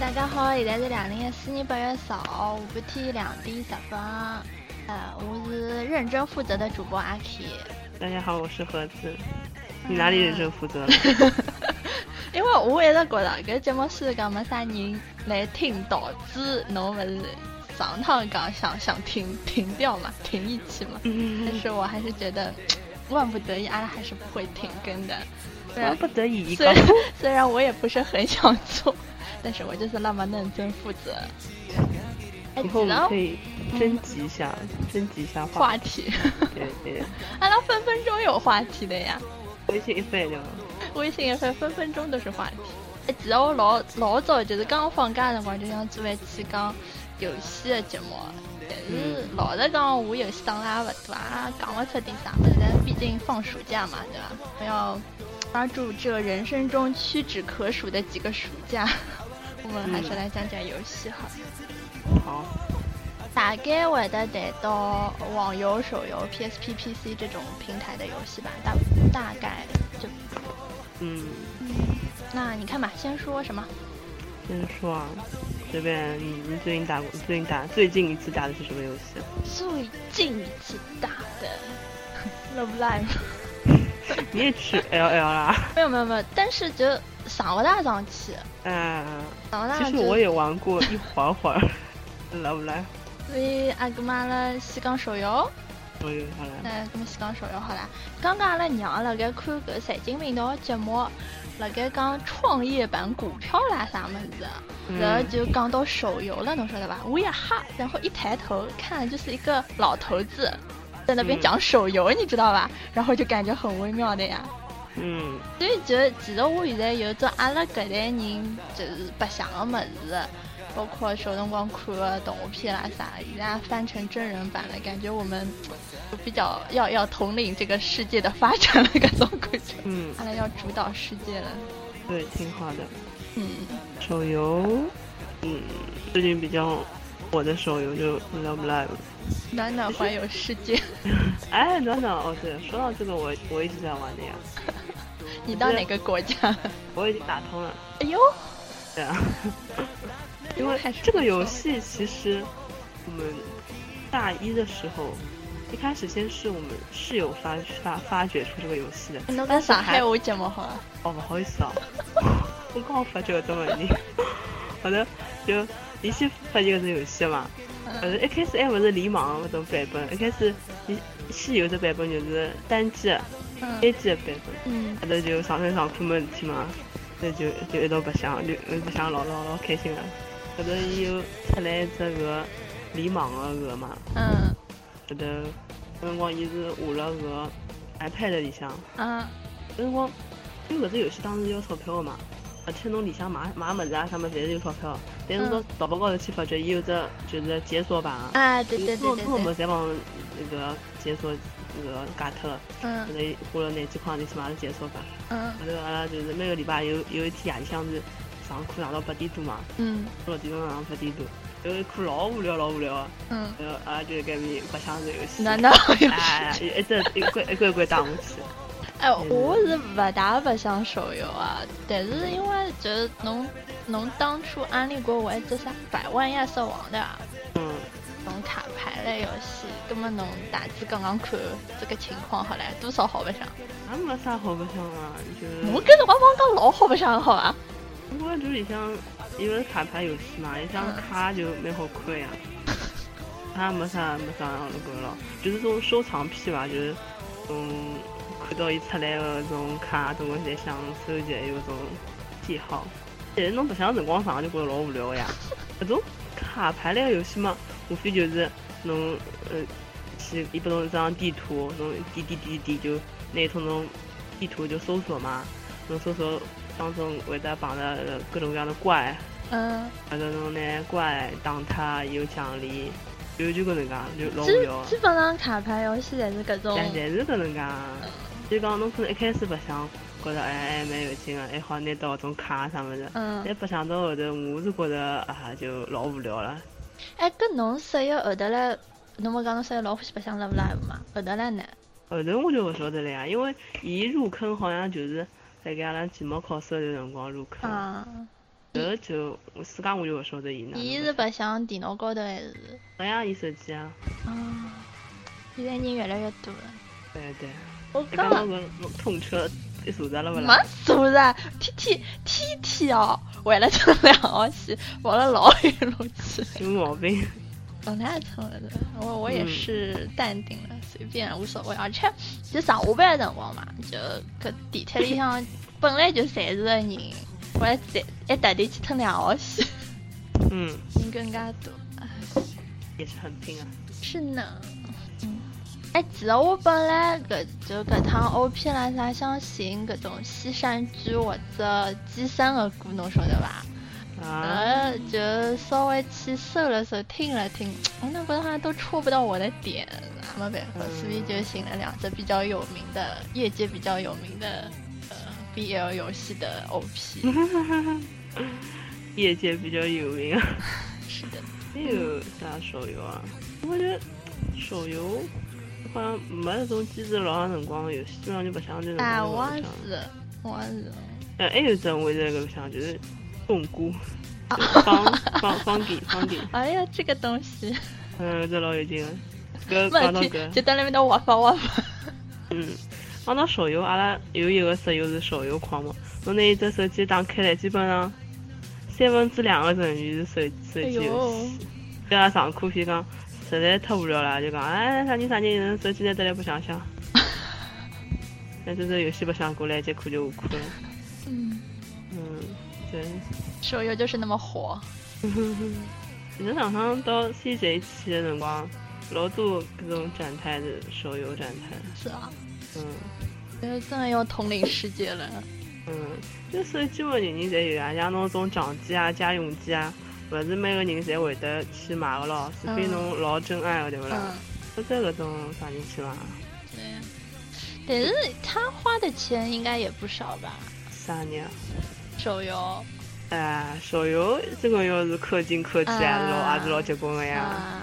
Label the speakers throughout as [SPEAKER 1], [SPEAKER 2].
[SPEAKER 1] 大家好，现在是两零一四年八月十号下半天两点十分。呃，我是认真负责的主播阿 K。
[SPEAKER 2] 大家好，我是盒子。你哪里认真负责 了？
[SPEAKER 1] 因为我一直觉着搿节目虽然讲没啥人来听，导致侬勿是上趟讲想想停停掉嘛，停一期嘛。
[SPEAKER 2] 嗯
[SPEAKER 1] 但是我还是觉得万不得已，阿拉还是不会停更的。虽
[SPEAKER 2] 万
[SPEAKER 1] 然
[SPEAKER 2] 不得已一
[SPEAKER 1] 虽
[SPEAKER 2] 个
[SPEAKER 1] 然。 虽然我也不是很想做，但是我就是那么认真负责。哎，
[SPEAKER 2] 以后我
[SPEAKER 1] 既然
[SPEAKER 2] 们可以征集一下，征集一下话
[SPEAKER 1] 哦话题，
[SPEAKER 2] 对对，
[SPEAKER 1] 阿拉分分钟有话题的呀，
[SPEAKER 2] 微信一费对吧？
[SPEAKER 1] 微信也会分分钟都是话题。哎，其实我老老早就是刚放假的辰光，就想做一期讲游戏的节目，但是老实讲，我游戏打了也勿多，也讲勿出点啥物事。但是毕竟放暑假嘛，对吧？我要抓住这人生中屈指可数的几个暑假， 我们还是来讲讲游戏好了。
[SPEAKER 2] 好，
[SPEAKER 1] 大概会得谈到网游、手游、PSP、PC 这种平台的游戏吧，大大概就
[SPEAKER 2] 嗯，
[SPEAKER 1] 那你看吧，先说什么？
[SPEAKER 2] 先说啊，随便你你最近打过，最近打最近一次打的是什么游戏？啊
[SPEAKER 1] 最近一次打 的 Love Live
[SPEAKER 2] 你 也去 LL 啦？
[SPEAKER 1] 没有没有没有，但是就上个大上去，
[SPEAKER 2] 嗯，
[SPEAKER 1] 上个大
[SPEAKER 2] 其实
[SPEAKER 1] 啊就
[SPEAKER 2] 我也玩过一会儿会 儿，来不来？
[SPEAKER 1] 所以啊阿哥妈阿拉先讲手游，
[SPEAKER 2] 我有好来。
[SPEAKER 1] 那咁么先讲手游好啦。刚刚阿拉娘辣盖看搿财经频道的节目，辣盖讲创业板股票啦啥物事。然后
[SPEAKER 2] 嗯
[SPEAKER 1] 就讲到手游了，侬晓得吧？我一哈，然后一抬头看，就是一个老头子在那边
[SPEAKER 2] 嗯
[SPEAKER 1] 讲手游，你知道吧？然后就感觉很微妙的呀。
[SPEAKER 2] 嗯
[SPEAKER 1] 所以就其实我现在有种阿拉搿代人就是白相个物事，包括小辰光看个动画片啦啥，现在翻成真人版了，感觉我们就比较要要统领这个世界的发展了，搿种感觉，
[SPEAKER 2] 嗯，
[SPEAKER 1] 阿拉要主导世界了。
[SPEAKER 2] 对，挺好的。
[SPEAKER 1] 嗯，
[SPEAKER 2] 手游，嗯，最近比较火的手游就 Love Live。
[SPEAKER 1] 暖暖环游世界，
[SPEAKER 2] 哎，等等，哦对，说到这个，我我一直在玩的呀，
[SPEAKER 1] 你到哪个国家？
[SPEAKER 2] 我已经打通了。
[SPEAKER 1] 哎呦，
[SPEAKER 2] 对啊，因为
[SPEAKER 1] 还是不错
[SPEAKER 2] 这个游戏其实我们大一的时候，一开始先是我们室友发发发掘出这个游戏的。
[SPEAKER 1] 侬讲上海话节目好了，
[SPEAKER 2] 哦，不好意思啊， 我刚好发觉搿种问题。 好的，就伊先发现搿只游戏嘛，反正一开始还勿是联网搿种版本，一开始伊先有只版本就是单机的单
[SPEAKER 1] 嗯
[SPEAKER 2] 机的版本，
[SPEAKER 1] 嗯，
[SPEAKER 2] 后头就上班上课没事体嘛，那就就一道白相，就白相老老老开心了。后头伊又出来一只搿联网的搿嘛，
[SPEAKER 1] 嗯
[SPEAKER 2] 后头搿辰光伊是下了搿 iPad 里向。
[SPEAKER 1] 嗯
[SPEAKER 2] 辰光，因为搿只游戏当时要钞票个嘛，而且侬里向买买物事啊啥物事侪是有钞票的。但是到
[SPEAKER 1] 嗯
[SPEAKER 2] 淘宝高头去发觉，伊有只就是解锁版啊，
[SPEAKER 1] 啊，对对对
[SPEAKER 2] 弄
[SPEAKER 1] 对
[SPEAKER 2] 弄物
[SPEAKER 1] 对，
[SPEAKER 2] 事侪帮那个解锁那个加脱了，后
[SPEAKER 1] 嗯
[SPEAKER 2] 头伊花了廿几块钿去买了解锁版。
[SPEAKER 1] 嗯
[SPEAKER 2] 后头阿拉就是每个礼拜有有一天夜里向是上课上到八点多嘛，
[SPEAKER 1] 嗯
[SPEAKER 2] 到点钟上到八点多，有一课老无聊老无聊个，
[SPEAKER 1] 嗯，
[SPEAKER 2] 然后阿拉就搿边白相这游戏。
[SPEAKER 1] 难道有？
[SPEAKER 2] 哎，一直一关一关一关打下去。
[SPEAKER 1] 哎，我是不大不想手游啊，但是因为就是侬侬当初安利过我一只啥百万亚瑟王对吧？
[SPEAKER 2] 嗯，
[SPEAKER 1] 种卡牌类游戏，那么侬大致讲讲看这个情况好来，多少好白相？
[SPEAKER 2] 也没啥好白相啊，就是。
[SPEAKER 1] 我跟辰光帮讲老好白相好啊吧？
[SPEAKER 2] 不过就是里向，因为卡牌游戏嘛，里向
[SPEAKER 1] 嗯
[SPEAKER 2] 卡就蛮好看呀。卡没啥没啥那个了，就是这种收藏癖吧，就是嗯，看到伊出来的这种卡，总归侪想收集，有种癖好。但是侬白相辰光长，就觉得老无聊的呀。搿种卡牌类的游戏嘛，无非就是侬呃去，伊不弄一张地图，侬点点点点就拿一通侬地图就搜索嘛，侬搜索当中会得碰到呃各种各样的怪，
[SPEAKER 1] 嗯，
[SPEAKER 2] 反正侬拿怪打它有奖励，就就搿能介，就老无
[SPEAKER 1] 基
[SPEAKER 2] 聊。
[SPEAKER 1] 基本上卡牌游戏侪是搿种，
[SPEAKER 2] 但侪是搿能介，就讲侬可能一开始白相，觉着哎还蛮有劲个，还好拿到搿种卡啥物事。
[SPEAKER 1] 嗯，
[SPEAKER 2] 但白相到后头，我是觉着啊就老无聊了。
[SPEAKER 1] 哎，搿侬室友后头来，侬勿讲侬室友老欢喜白相 Love Live 嘛？后头来呢？
[SPEAKER 2] 后头我就勿晓得了呀，因为伊入坑好像就是辣盖阿拉期末考试的辰光入坑，后
[SPEAKER 1] 啊，
[SPEAKER 2] 头就我自家我就勿晓得伊哪能
[SPEAKER 1] 伊
[SPEAKER 2] 白
[SPEAKER 1] 是白相电脑高头还是？
[SPEAKER 2] 相呀，伊手机啊，
[SPEAKER 1] 啊，现在人越来越多了。
[SPEAKER 2] 对对，
[SPEAKER 1] 我
[SPEAKER 2] 伊
[SPEAKER 1] 讲
[SPEAKER 2] 讲
[SPEAKER 1] 了
[SPEAKER 2] 那个痛车被查着了勿
[SPEAKER 1] 没
[SPEAKER 2] 啦？
[SPEAKER 1] 做噻，天天天天哦，为了这两个戏跑了老远路去。
[SPEAKER 2] 有毛病，
[SPEAKER 1] 哦，那成了的，我我也
[SPEAKER 2] 嗯
[SPEAKER 1] 是淡定了，随便无所谓。而且就上下班的辰光嘛，就搿地铁里向本来就侪是个人，我还特还特地去趟两号线，
[SPEAKER 2] 嗯，
[SPEAKER 1] 人更加多。唉
[SPEAKER 2] 也是很拼啊。
[SPEAKER 1] 是呢，嗯，哎，其实我本来搿就搿趟 OP 啦啥，想寻搿种西山居或者基山的歌，侬晓得伐？
[SPEAKER 2] 啊，
[SPEAKER 1] 呃，就稍微去搜了搜，听了听，我那不好像都戳不到我的点，没办法，所以就寻了两只比较有名的，业界比较有名的，呃，BL 游戏的 OP。
[SPEAKER 2] 业界比较有名啊。
[SPEAKER 1] 是的，
[SPEAKER 2] 还有啥手游啊？我觉得手游好像没那种机制老长辰光的游戏，基本上就白相这种东西
[SPEAKER 1] 啊，
[SPEAKER 2] 我
[SPEAKER 1] 我
[SPEAKER 2] 白
[SPEAKER 1] 也
[SPEAKER 2] 相。
[SPEAKER 1] 是，我也是，
[SPEAKER 2] 呃，还有一种我一直搿个想，就是凤菇，就是方方方顶方顶，
[SPEAKER 1] 哎呀，这个东西，
[SPEAKER 2] 嗯，这老有劲 个。搿讲到
[SPEAKER 1] 问题
[SPEAKER 2] 搿，
[SPEAKER 1] 就在那边头挖发挖发，
[SPEAKER 2] 嗯，讲到手游，阿拉有一个室友是手游狂魔，侬拿一只手机打开来，基本上三分之两个程序是手手
[SPEAKER 1] 哎
[SPEAKER 2] 机游戏
[SPEAKER 1] 呦。，
[SPEAKER 2] 跟阿拉上课皮讲，实在太无聊了，就讲哎啥人啥人，人手机拿得来白 相相。那这是游戏白相过来，节课就下课了。
[SPEAKER 1] 嗯，
[SPEAKER 2] 嗯，对。
[SPEAKER 1] 手游就是那么火，
[SPEAKER 2] 其实上趟到 CJ 去的辰光，老多各种展台的手游展台，
[SPEAKER 1] 是啊，
[SPEAKER 2] 嗯
[SPEAKER 1] 就是真的要统领世界了。
[SPEAKER 2] 嗯，就手机的人人侪有啊，像侬种掌机啊、家用机啊，勿是每个人侪会得去买个咯，除非侬老真爱个对勿啦
[SPEAKER 1] 嗯？，
[SPEAKER 2] 或者搿种啥人去买？
[SPEAKER 1] 对呀。但是他花的钱应该也不少吧？
[SPEAKER 2] 啥人啊？
[SPEAKER 1] 手游
[SPEAKER 2] 哎，手游这个要是氪金氪起来，老也是老结棍的呀。
[SPEAKER 1] 啊，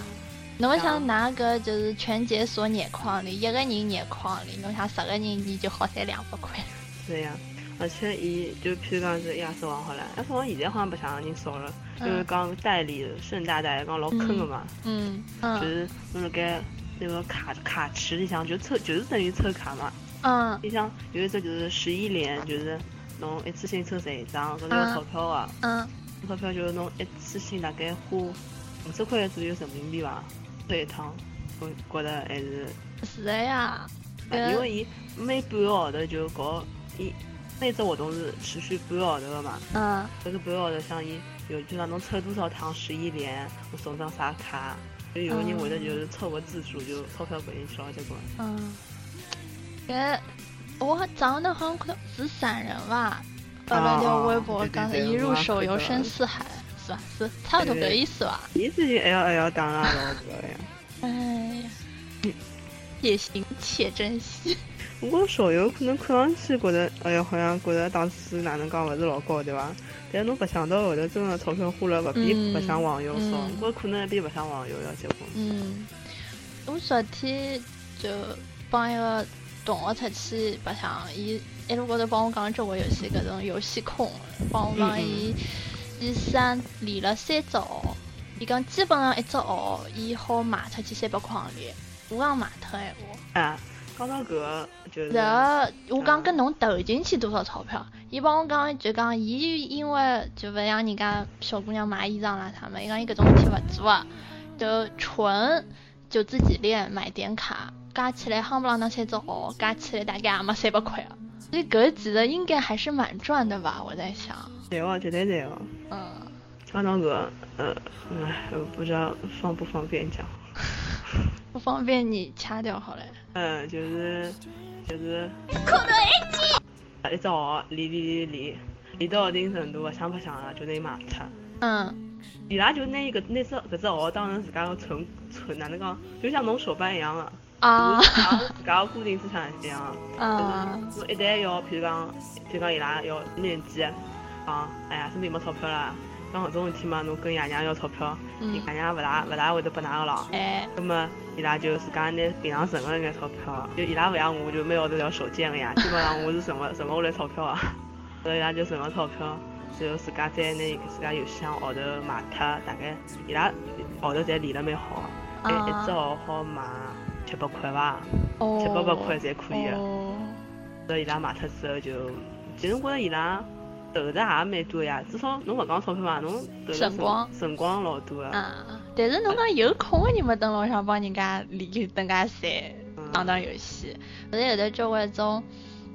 [SPEAKER 1] 侬想拿个就是全解锁眼眶里，一个人眼眶里，侬想十个人你就好赚两百块。
[SPEAKER 2] 是呀，而且伊就譬如讲是亚瑟王好了，亚瑟王现在好像白相的人少了，就是讲代理盛大代理讲老坑的嘛，
[SPEAKER 1] 嗯
[SPEAKER 2] 就
[SPEAKER 1] 嗯
[SPEAKER 2] 是侬辣盖那个卡卡池里向就抽，就是等于抽卡嘛，
[SPEAKER 1] 嗯
[SPEAKER 2] 里向有一只就是十一连，就是侬一次性抽十一张，搿是
[SPEAKER 1] 啊
[SPEAKER 2] 要钞票啊，
[SPEAKER 1] 嗯
[SPEAKER 2] 钞票就是侬一次性大概花五十块左右人民币吧，这一趟，我觉得还是。
[SPEAKER 1] 是的呀。
[SPEAKER 2] 因为伊每半个号头就搞伊每只活动是持续半个号头的嘛，
[SPEAKER 1] 嗯
[SPEAKER 2] 搿个半个号头像伊有就让侬抽多少趟十一连，我送张啥卡，就有个人会得就是凑个字数就钞票滚进去了，结果
[SPEAKER 1] 嗯，搿我早那好像看是散人吧，发了条微博讲一入手游深似海，是吧？是差不多搿意思吧？
[SPEAKER 2] 伊最近 L L 打了老多了呀。
[SPEAKER 1] 哎呀，且行且珍惜。
[SPEAKER 2] 不过手游可能看上去觉得，哎呀，好像觉得档次哪能讲勿是老高，对伐？但是侬白相到后头，真的钞票花了勿比
[SPEAKER 1] 嗯
[SPEAKER 2] 白相网游少，
[SPEAKER 1] 嗯
[SPEAKER 2] 我可能还比白相网游要结棍。
[SPEAKER 1] 嗯，我昨天就帮一个同学出去白相，伊一路高头帮我讲中国游戏搿种游戏控，帮我帮伊，伊三练了三只号，伊讲基本上一只号伊好卖出去三百块钿，我讲卖脱闲话。
[SPEAKER 2] 啊，讲到搿个就是。
[SPEAKER 1] 然后我讲
[SPEAKER 2] 嗯
[SPEAKER 1] 跟侬投进去多少钞票，伊帮我讲就讲，伊因为就勿像人家小姑娘买衣裳啦啥么，伊讲伊搿种事体勿做啊，就纯就自己练买点卡，加起来夯不啷当三只号，加起来大概也没三百块啊。所以搿几个应该还是蛮赚的吧，我在想，
[SPEAKER 2] 对哦，绝对对哦。
[SPEAKER 1] 嗯，
[SPEAKER 2] 刚那个，呃，哎，我不知道方不方便讲。
[SPEAKER 1] 不方便你掐掉好了。
[SPEAKER 2] 嗯，就是就是啊
[SPEAKER 1] 可能
[SPEAKER 2] 一只号练练练练，练到一定程度，勿想白想了就拿伊卖脱。
[SPEAKER 1] 嗯，
[SPEAKER 2] 伊拉就拿伊搿拿只搿只号哦当成自家个存存，哪能讲，就像侬小班一样个、
[SPEAKER 1] 啊
[SPEAKER 2] 就是自家自家个固定资产一样个。
[SPEAKER 1] 啊
[SPEAKER 2] 就是侬一旦要，譬如讲，譬如讲伊拉要面基，讲，哎呀，身边没钞票啦，像搿种事体嘛，侬跟爷娘要钞票，
[SPEAKER 1] 嗯
[SPEAKER 2] 伊爷娘勿大勿大会得拨㑚个咯。
[SPEAKER 1] 哎，
[SPEAKER 2] 那么伊拉就自家拿平常存个那眼钞票，就伊拉勿像我，就每号头要手贱个呀，基本上我是存个存勿下来钞票啊，所以伊拉就存个钞票，然后自家再拿自家邮箱号头卖脱，大概伊拉号头侪理了蛮好个，一
[SPEAKER 1] 啊
[SPEAKER 2] 一只号好卖七八块伐，
[SPEAKER 1] 哦，
[SPEAKER 2] 七八百块啊侪可以个。
[SPEAKER 1] 哦，
[SPEAKER 2] 所以伊拉卖脱之后就，其实我觉着伊拉投入也蛮多呀，至少侬勿讲钞票嘛，侬投入
[SPEAKER 1] 辰光
[SPEAKER 2] 辰光老多个。
[SPEAKER 1] 啊，但是侬讲有空啊个人嘛，登浪向帮人家理登家赛，打打游戏，勿是有的交关种，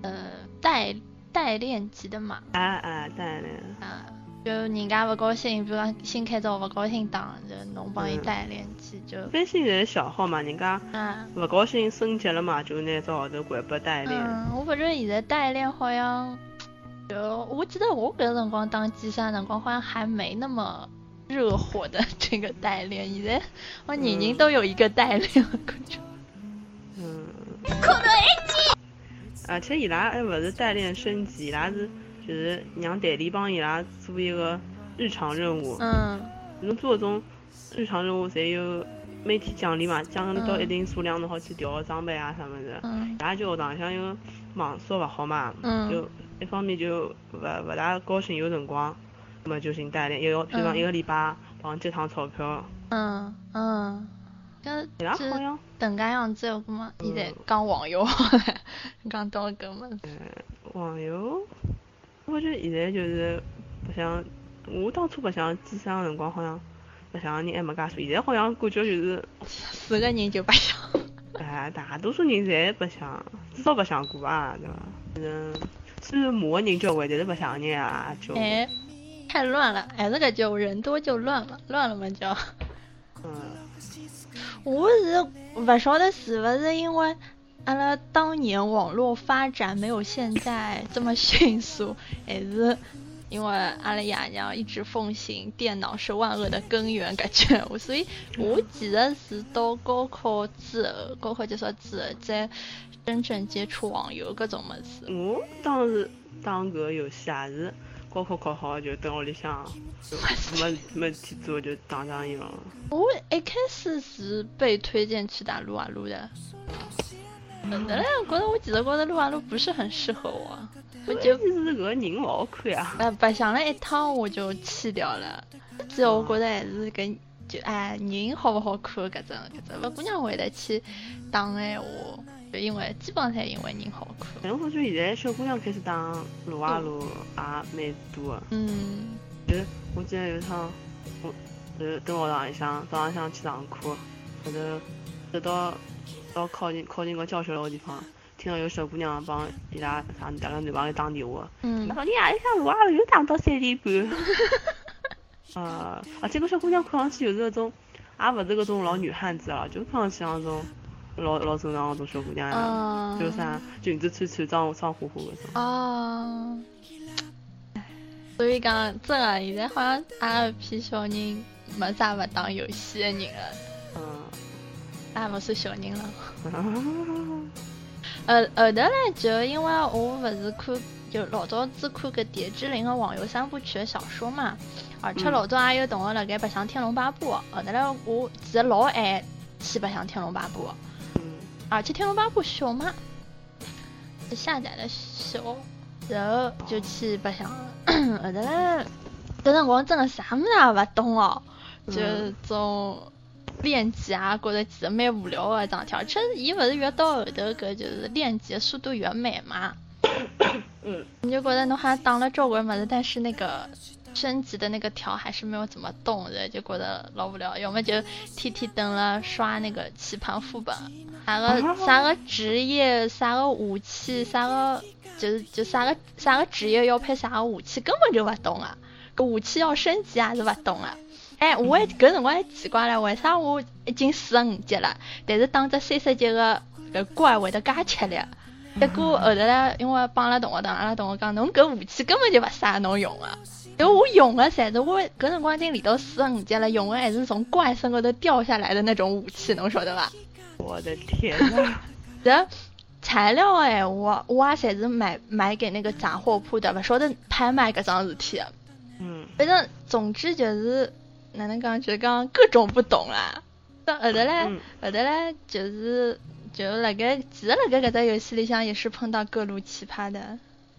[SPEAKER 1] 呃，代代练级的嘛，
[SPEAKER 2] 哎哎，当然了。
[SPEAKER 1] 啊，就人家勿高兴，比如讲新开张勿高兴打，就侬帮伊
[SPEAKER 2] 嗯
[SPEAKER 1] 代练级就，
[SPEAKER 2] 一般性侪小号嘛，人家
[SPEAKER 1] 啊。
[SPEAKER 2] 勿高兴升级了嘛，就拿只号头掼拨代练。
[SPEAKER 1] 嗯，我反正现在代练好像，就我记得我搿辰光当机山辰光好像还没那么热火的这个代练，哦现在我人人都有一个代练，我感觉。
[SPEAKER 2] 嗯。而且伊拉还勿是代练升级，伊拉是就是让代理帮伊拉做一个日常任务。
[SPEAKER 1] 嗯
[SPEAKER 2] 侬做搿种日常任务，侪有每天奖励嘛，奖励到一定数量，侬好去调装备啊啥物事。
[SPEAKER 1] 嗯
[SPEAKER 2] 伊拉就学堂里向有网速勿好嘛，
[SPEAKER 1] 嗯
[SPEAKER 2] 就一方面就勿勿大高兴有辰光，那么就寻代练，一个譬如讲
[SPEAKER 1] 嗯
[SPEAKER 2] 一个礼拜帮几趟钞票，
[SPEAKER 1] 嗯嗯，搿
[SPEAKER 2] 伊拉好
[SPEAKER 1] 是
[SPEAKER 2] 像
[SPEAKER 1] 等介样子，个嘛，现在讲网游， 讲到搿么子，
[SPEAKER 2] 网游，我觉得现在就是白相，我当初白相机上个辰光好像白相个人还没介多，现在好像感觉就是，
[SPEAKER 1] 四个人就白相。
[SPEAKER 2] 哎，大多数人侪白相，至少白相过吧，对伐？嗯，虽然骂个人交关，但是白相个人也交关。
[SPEAKER 1] 哎，太乱了，还是搿就人多就乱嘛，乱了嘛就。
[SPEAKER 2] 嗯，
[SPEAKER 1] 我是勿晓得是勿是因为阿拉当年网络发展没有现在这么迅速，还是因为阿拉爷娘一直奉行电脑是万恶的根源，感觉我所以，我其实是到高考之后，高考结束之后才真正接触网游搿种物事。
[SPEAKER 2] 我当时打搿个游戏也是高考考好就蹲屋里向，就没没事体做就打打伊咯。
[SPEAKER 1] 我一开始是被推荐去打撸啊撸的，本来我觉得我其实觉得撸啊撸不是很适合我，我就
[SPEAKER 2] 关键是搿个人勿好看啊。
[SPEAKER 1] 呃，白相了一趟我就弃掉了。主要我觉得还是跟就哎人好不好看搿种搿种，勿姑娘会得去打个闲话，就因为基本上因为人好看。
[SPEAKER 2] 但我感觉现在小姑娘开始打撸啊撸也蛮多的。
[SPEAKER 1] 嗯
[SPEAKER 2] 就是我记得有一趟，我就是蹲学堂里向，早浪向去上课，后头走到到靠近靠近个教学楼个地方，听到有小姑娘帮伊拉啥两个男朋友打电话，
[SPEAKER 1] 嗯
[SPEAKER 2] 然，后你夜里向撸啊撸又打到三点半。啊，而且搿小姑娘看上去就是那种，也勿是搿种老女汉子啊，就看上去像那种老老正常的那种小姑娘呀。
[SPEAKER 1] 啊
[SPEAKER 2] 就是啥裙子穿穿脏脏乎乎搿种。
[SPEAKER 1] 啊，所以讲真个现在好像阿拉搿批小人没啥勿打游戏的人了， 也勿算小人了。 呃，
[SPEAKER 2] 嗯，
[SPEAKER 1] 后头呢，就因为我勿是看有老早子看搿蝶之灵的网游三部曲的小说嘛，而且
[SPEAKER 2] 嗯
[SPEAKER 1] 老早也有同学辣盖白相《天龙八部》，后头来我其实老爱去白相《天龙八部》，
[SPEAKER 2] 嗯
[SPEAKER 1] 而且《天龙八部》小嘛，就下载了小，然后就去白相了。 后头来搿辰光真的啥物事也勿懂哦，就
[SPEAKER 2] 嗯
[SPEAKER 1] 种练级啊，觉着其实蛮无聊个一桩事体。而且伊勿是越到后头搿就是练级的速度越慢嘛，
[SPEAKER 2] 嗯，
[SPEAKER 1] 你就觉得侬好像打了交关物事，但是那个升级的那个条还是没有怎么动的，就觉得老无聊。要么就天天等了啊刷那个棋盘副本，啥个啥个职业，啥个武器，啥个就是就啥个啥个职业要配啥个武器，根本就勿懂啊。搿武器要升级还是勿懂啊。哎，我还搿辰光还奇怪了，为啥我已经四十五级了，但是打只三十级个搿怪会得介吃力？啊结果后头唻，因为帮阿拉同学打，阿拉同学讲，侬搿武器根本就勿适合侬用啊。但我用的侪是我搿辰光已经练到四十五级了，用的还是从怪身高头掉下来的那种武器，侬晓得伐？
[SPEAKER 2] 我的天
[SPEAKER 1] 啊
[SPEAKER 2] 呐，
[SPEAKER 1] 这材料的闲话，我也侪是买买给那个杂货铺的，勿晓得拍卖搿桩事体的。
[SPEAKER 2] 嗯，
[SPEAKER 1] 反正总之就是哪能讲，就是讲各种不懂啦。但后头嘞，
[SPEAKER 2] 嗯
[SPEAKER 1] 后头嘞，就是就辣盖，其实辣盖搿只游戏里向也是碰到各路奇葩的。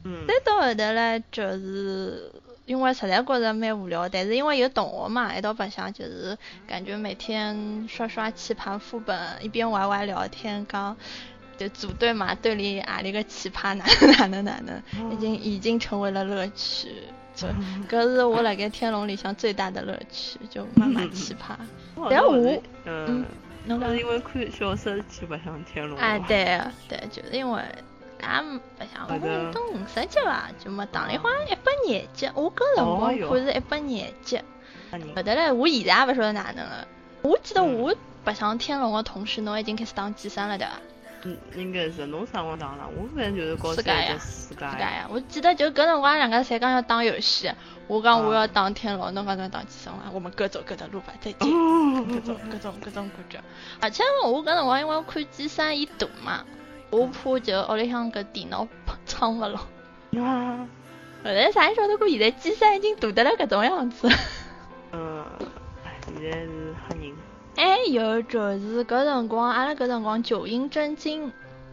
[SPEAKER 2] 嗯
[SPEAKER 1] 再到后头嘞，就是因为实在觉着蛮无聊，但是因为有同学嘛，一道白相，就是感觉每天刷刷棋盘副本，一边玩玩聊天，讲就组队嘛，队里啊里个奇葩哪哪能哪 能，哎已经
[SPEAKER 2] 嗯
[SPEAKER 1] 已经成为了乐趣。就搿是我辣盖天龙里向最大的乐趣，就慢慢奇葩。
[SPEAKER 2] 我
[SPEAKER 1] 然后
[SPEAKER 2] 觉得
[SPEAKER 1] 我
[SPEAKER 2] 嗯，
[SPEAKER 1] 侬
[SPEAKER 2] 我
[SPEAKER 1] 讲
[SPEAKER 2] 是因为看小说去白相天龙，
[SPEAKER 1] 哎，，对对，就是因为俺白相，
[SPEAKER 2] 好的
[SPEAKER 1] 我都五十级吧，就没打一花一百廿级，我搿辰
[SPEAKER 2] 哦
[SPEAKER 1] 光
[SPEAKER 2] 哟
[SPEAKER 1] 看是一百廿级，
[SPEAKER 2] 那你
[SPEAKER 1] 后头嘞，我现在也勿晓得哪能了。我记得我白相天龙的同时，侬已经开始打剑三了对伐？
[SPEAKER 2] 嗯应该是侬啥光打了？我反正就是高
[SPEAKER 1] 自家呀
[SPEAKER 2] 三自
[SPEAKER 1] 自
[SPEAKER 2] 家
[SPEAKER 1] 噶 呀，我记得就搿辰光，两个侪讲要打游戏，我讲我
[SPEAKER 2] 啊
[SPEAKER 1] 要打天龙，侬讲侬打剑三伐？我们各走各的路吧，再见。各种各种各种感觉。而且我搿辰光因为看机山伊大嘛，我怕就屋里向搿电脑撑勿牢。
[SPEAKER 2] 啊，
[SPEAKER 1] 后来啥人晓得过，现在机山已经大得了搿种样子。
[SPEAKER 2] 嗯，哎，现在是吓人。
[SPEAKER 1] 还哎有就是搿辰光，阿拉搿辰光九阴真经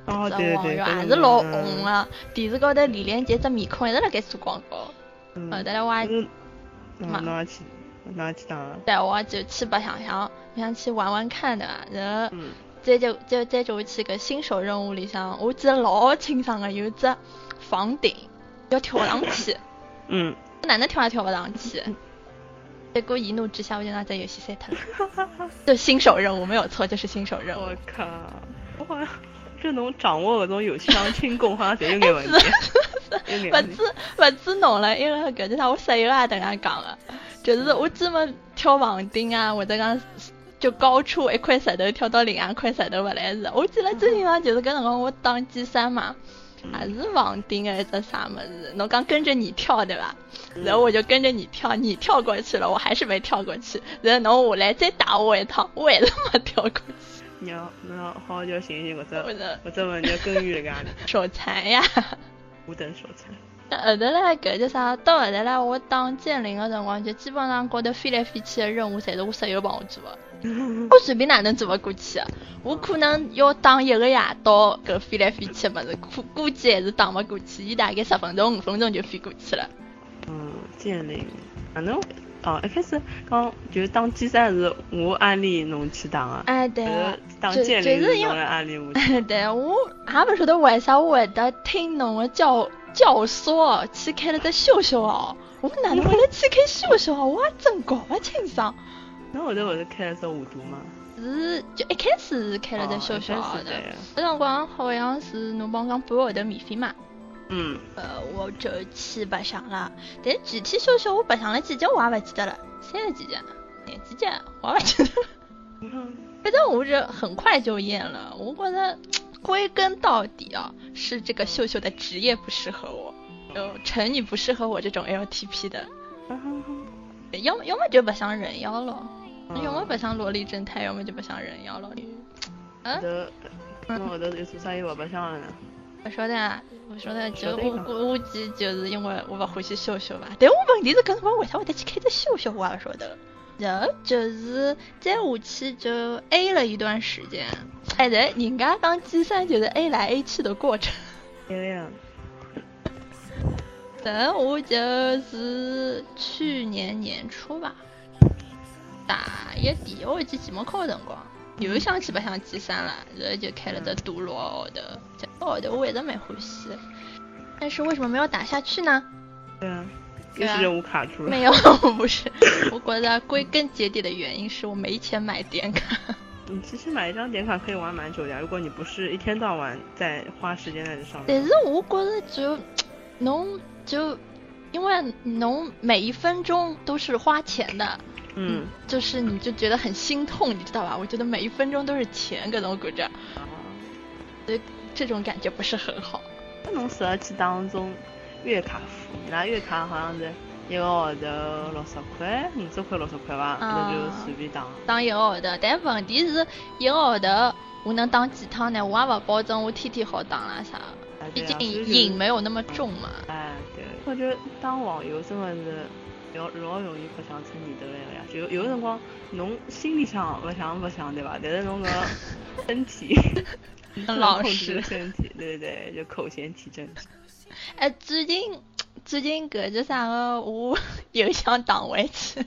[SPEAKER 2] 哦，
[SPEAKER 1] 这
[SPEAKER 2] 对
[SPEAKER 1] 网
[SPEAKER 2] 对，嗯
[SPEAKER 1] 友
[SPEAKER 2] 搿
[SPEAKER 1] 还
[SPEAKER 2] 辰
[SPEAKER 1] 是老
[SPEAKER 2] 光
[SPEAKER 1] 红。啊，电视高头李连杰只面孔一直辣盖做广告。
[SPEAKER 2] 嗯
[SPEAKER 1] 后头来我也
[SPEAKER 2] 嗯，
[SPEAKER 1] 嘛
[SPEAKER 2] 侬也去，侬也去打了。
[SPEAKER 1] 对，我就去白相相，想去玩玩看的。啊然后
[SPEAKER 2] 嗯，
[SPEAKER 1] 再就再再就去搿新手任务里向，我记得老清爽个，有一只房顶要跳上 去。
[SPEAKER 2] 嗯，
[SPEAKER 1] 我哪能跳也啊跳不上去。结果一怒之下，我就拿这游戏删掉了。就新手任务没有错，就是新手任务
[SPEAKER 2] 我。靠，我好像这侬掌握搿种游戏上轻功，好像侪有眼问题，有眼
[SPEAKER 1] 不
[SPEAKER 2] 问题
[SPEAKER 1] 知。不知侬了，因为搿就像我室友也等俺讲了，就是我专门跳房顶啊，或者讲就高处哎一块石头跳到另外一块石头勿来事。我记得最近啊上就是搿辰光我打剑三嘛，
[SPEAKER 2] 嗯
[SPEAKER 1] 还是啊房顶的一只啥物事，侬讲跟着你跳对伐？然后我就跟着你跳，你跳过去了，我还是没跳过去。然后侬下来再打我一趟，我还是没跳过去，
[SPEAKER 2] 你要侬要好好叫寻寻搿只
[SPEAKER 1] 我的
[SPEAKER 2] 搿只问题根源辣何里，
[SPEAKER 1] 手残呀！
[SPEAKER 2] 我等手残。
[SPEAKER 1] 那后头嘞，搿叫啥？到后头嘞，我打剑灵个辰光，就基本上高头飞来飞去的任务，侪是我室友帮我做的。啊我随便哪能做勿过去啊？我可能要打一个夜到，搿飞来飞去的物事，估估计还是打勿过去。伊大概十分钟、五分钟就飞过去了。
[SPEAKER 2] 嗯，剑灵，哪能？哦，一开始讲就是打剑三是我安利侬去打个，
[SPEAKER 1] 哎， 对
[SPEAKER 2] 呃
[SPEAKER 1] 啊，
[SPEAKER 2] 打
[SPEAKER 1] 就
[SPEAKER 2] 剑
[SPEAKER 1] 就
[SPEAKER 2] 灵
[SPEAKER 1] 是因
[SPEAKER 2] 侬
[SPEAKER 1] 为
[SPEAKER 2] 来安利我去。
[SPEAKER 1] 对，啊我也不晓得为啥我会得听侬个教教唆去开了只秀秀哦。我哪能会得去开秀秀哦？我也真搞勿清爽。
[SPEAKER 2] 侬后头勿是开了只画图吗？
[SPEAKER 1] 是呃就一开始是开了只小小
[SPEAKER 2] 哦
[SPEAKER 1] 的
[SPEAKER 2] 一开始，
[SPEAKER 1] 搿辰光好像是侬帮我讲半个号头免费嘛，
[SPEAKER 2] 嗯，
[SPEAKER 1] 呃，我就去白相了。但是具体小小我白相了几集我也勿记得了，三十几集，廿几集我也勿记得了。反正我这很快就厌了，我觉得嗯归根到底啊，是这个秀秀的职业不适合我，呃，成语不适合我这种 哎 LTP 的，要么要么就白相人妖了，要么白相萝莉侦探，要么就白相人妖了。嗯
[SPEAKER 2] 后头，侬后头又做啥又勿白相了呢？
[SPEAKER 1] 我说的啊，我说的就
[SPEAKER 2] 晓得
[SPEAKER 1] 我
[SPEAKER 2] 呀
[SPEAKER 1] 估计就是因为我勿欢喜秀秀吧。但我问题是搿辰光为啥会得去开只秀秀，我也勿晓得。然后就是再下去就 A 了一段时间，哎，对，人家讲计算就是 A 来 A 去的过程。
[SPEAKER 2] 有呀，
[SPEAKER 1] 然后我就是去年年初吧，大一第一学期期末考的辰光，又想去白相计算了，然后就开了只独落号头，这个号头我一直蛮欢喜的。但是为什么没有打下去呢？
[SPEAKER 2] 对啊，又
[SPEAKER 1] 对啊
[SPEAKER 2] 是任务卡住了
[SPEAKER 1] 没。有， 不是，我觉得归根结底的原因是我没钱买点卡。
[SPEAKER 2] 你其实买一张点卡可以玩蛮久的呀，如果你不是一天到晚在花时间在这上面。
[SPEAKER 1] 但是我觉得就侬就因为侬每一分钟都是花钱的，
[SPEAKER 2] 嗯，
[SPEAKER 1] 就是你就觉得很心痛，你知道吧？我觉得每一分钟都是钱，搿种感觉，
[SPEAKER 2] 啊
[SPEAKER 1] 所以这种感觉不是很好。
[SPEAKER 2] 那侬适合去当种月卡付，伊拉月卡好像是一个号头六十块、五十块、六十块吧，那就
[SPEAKER 1] 啊
[SPEAKER 2] 随便打。
[SPEAKER 1] 打一个号头，但问题是，一个号头我能打几趟呢？我也勿保证我天天好打啦啥，
[SPEAKER 2] 啊
[SPEAKER 1] 毕
[SPEAKER 2] 对啊
[SPEAKER 1] 竟
[SPEAKER 2] 所以就是
[SPEAKER 1] 瘾没有那么重嘛。
[SPEAKER 2] 哎，对，我觉得当网游真的是老老容易白相出念头来个呀。就有有的辰光，侬心里想白相白相对伐？但是侬个身 体你不能
[SPEAKER 1] 老
[SPEAKER 2] 控制
[SPEAKER 1] 实
[SPEAKER 2] 这个身体，对对对，就口嫌体正直。
[SPEAKER 1] 哎，最近最近搿只啥个我 又想打回去。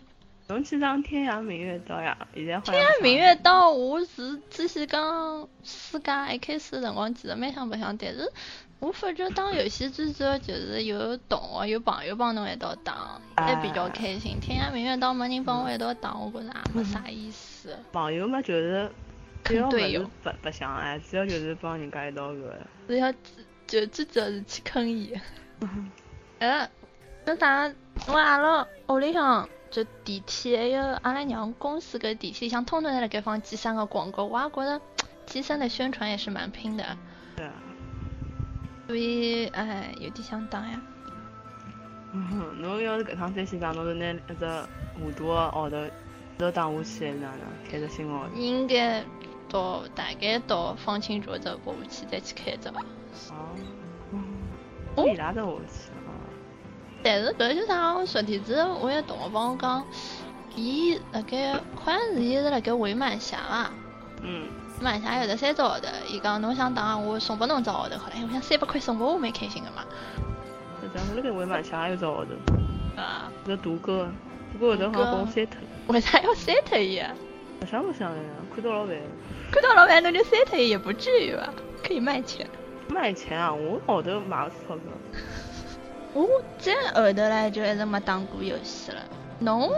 [SPEAKER 2] 侬去当天涯明月刀呀？现在好像
[SPEAKER 1] 天涯
[SPEAKER 2] 不
[SPEAKER 1] 明
[SPEAKER 2] 想
[SPEAKER 1] 月刀，我是之前刚世界一开始辰光其实蛮想白相，但是我发觉打游戏最主要就是有同学有朋友帮侬一道打，还比较开心。天涯明月刀没人帮我一道打，我觉着也没啥意思。
[SPEAKER 2] 网游嘛，就是只
[SPEAKER 1] 坑
[SPEAKER 2] 要不
[SPEAKER 1] 队
[SPEAKER 2] 是
[SPEAKER 1] 友
[SPEAKER 2] 白白相哎，主要就是帮人家一道搿个。
[SPEAKER 1] 主要就最主要是去坑伊。呃，那啥，我阿拉屋里向就地铁还有阿拉娘公司搿地铁，像通通侪辣盖放机山个广告，我也觉着机山的宣传也是蛮拼的，
[SPEAKER 2] 对啊，
[SPEAKER 1] 所以哎有点想打呀。
[SPEAKER 2] 嗯侬要是搿趟再去打，侬是拿一只糊涂个哦号头一道打下去，还是哪能？开只新号头。
[SPEAKER 1] 应该到大概到放清楚这步去再去开一只吧。
[SPEAKER 2] 哦，
[SPEAKER 1] 哦
[SPEAKER 2] 嗯伊拉只下去啊。
[SPEAKER 1] 但是搿就啥，我昨天子我一同学帮我讲，伊辣盖好像是伊是辣盖回满霞伐？
[SPEAKER 2] 嗯，
[SPEAKER 1] 买啥有的三只号头，伊讲侬想打，我送拨侬只号头好了。哎，我想三百块送拨我蛮开心的嘛。
[SPEAKER 2] 反正我辣盖回满霞有只号头，
[SPEAKER 1] 啊，
[SPEAKER 2] 只大哥，不过后头好像把我删脱了，
[SPEAKER 1] 为啥要删脱伊啊？
[SPEAKER 2] 白相白相的呀，看到老烦。
[SPEAKER 1] 看到老板侬就删脱伊，也不至于吧？可以卖钱。
[SPEAKER 2] 卖钱啊，我号头买勿起钞票。
[SPEAKER 1] 我再后头来就一直没打过游戏了。侬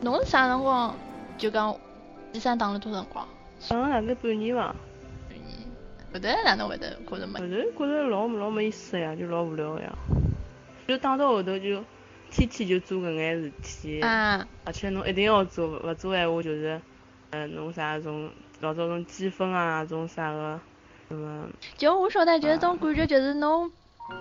[SPEAKER 1] 侬啥辰光就讲第三打了多辰光？
[SPEAKER 2] 打了大概半年伐，
[SPEAKER 1] 嗯后头哪能会得觉着
[SPEAKER 2] 后
[SPEAKER 1] 没
[SPEAKER 2] 头？觉着老老没意思的呀，就老无聊的呀。就打到后头就天天就做搿眼事体，
[SPEAKER 1] 啊，
[SPEAKER 2] 而且侬一定要做，勿做闲话就是，嗯、侬啥种老早种积分啊，种啥个什么。
[SPEAKER 1] 就我晓得，就是种感觉，就是侬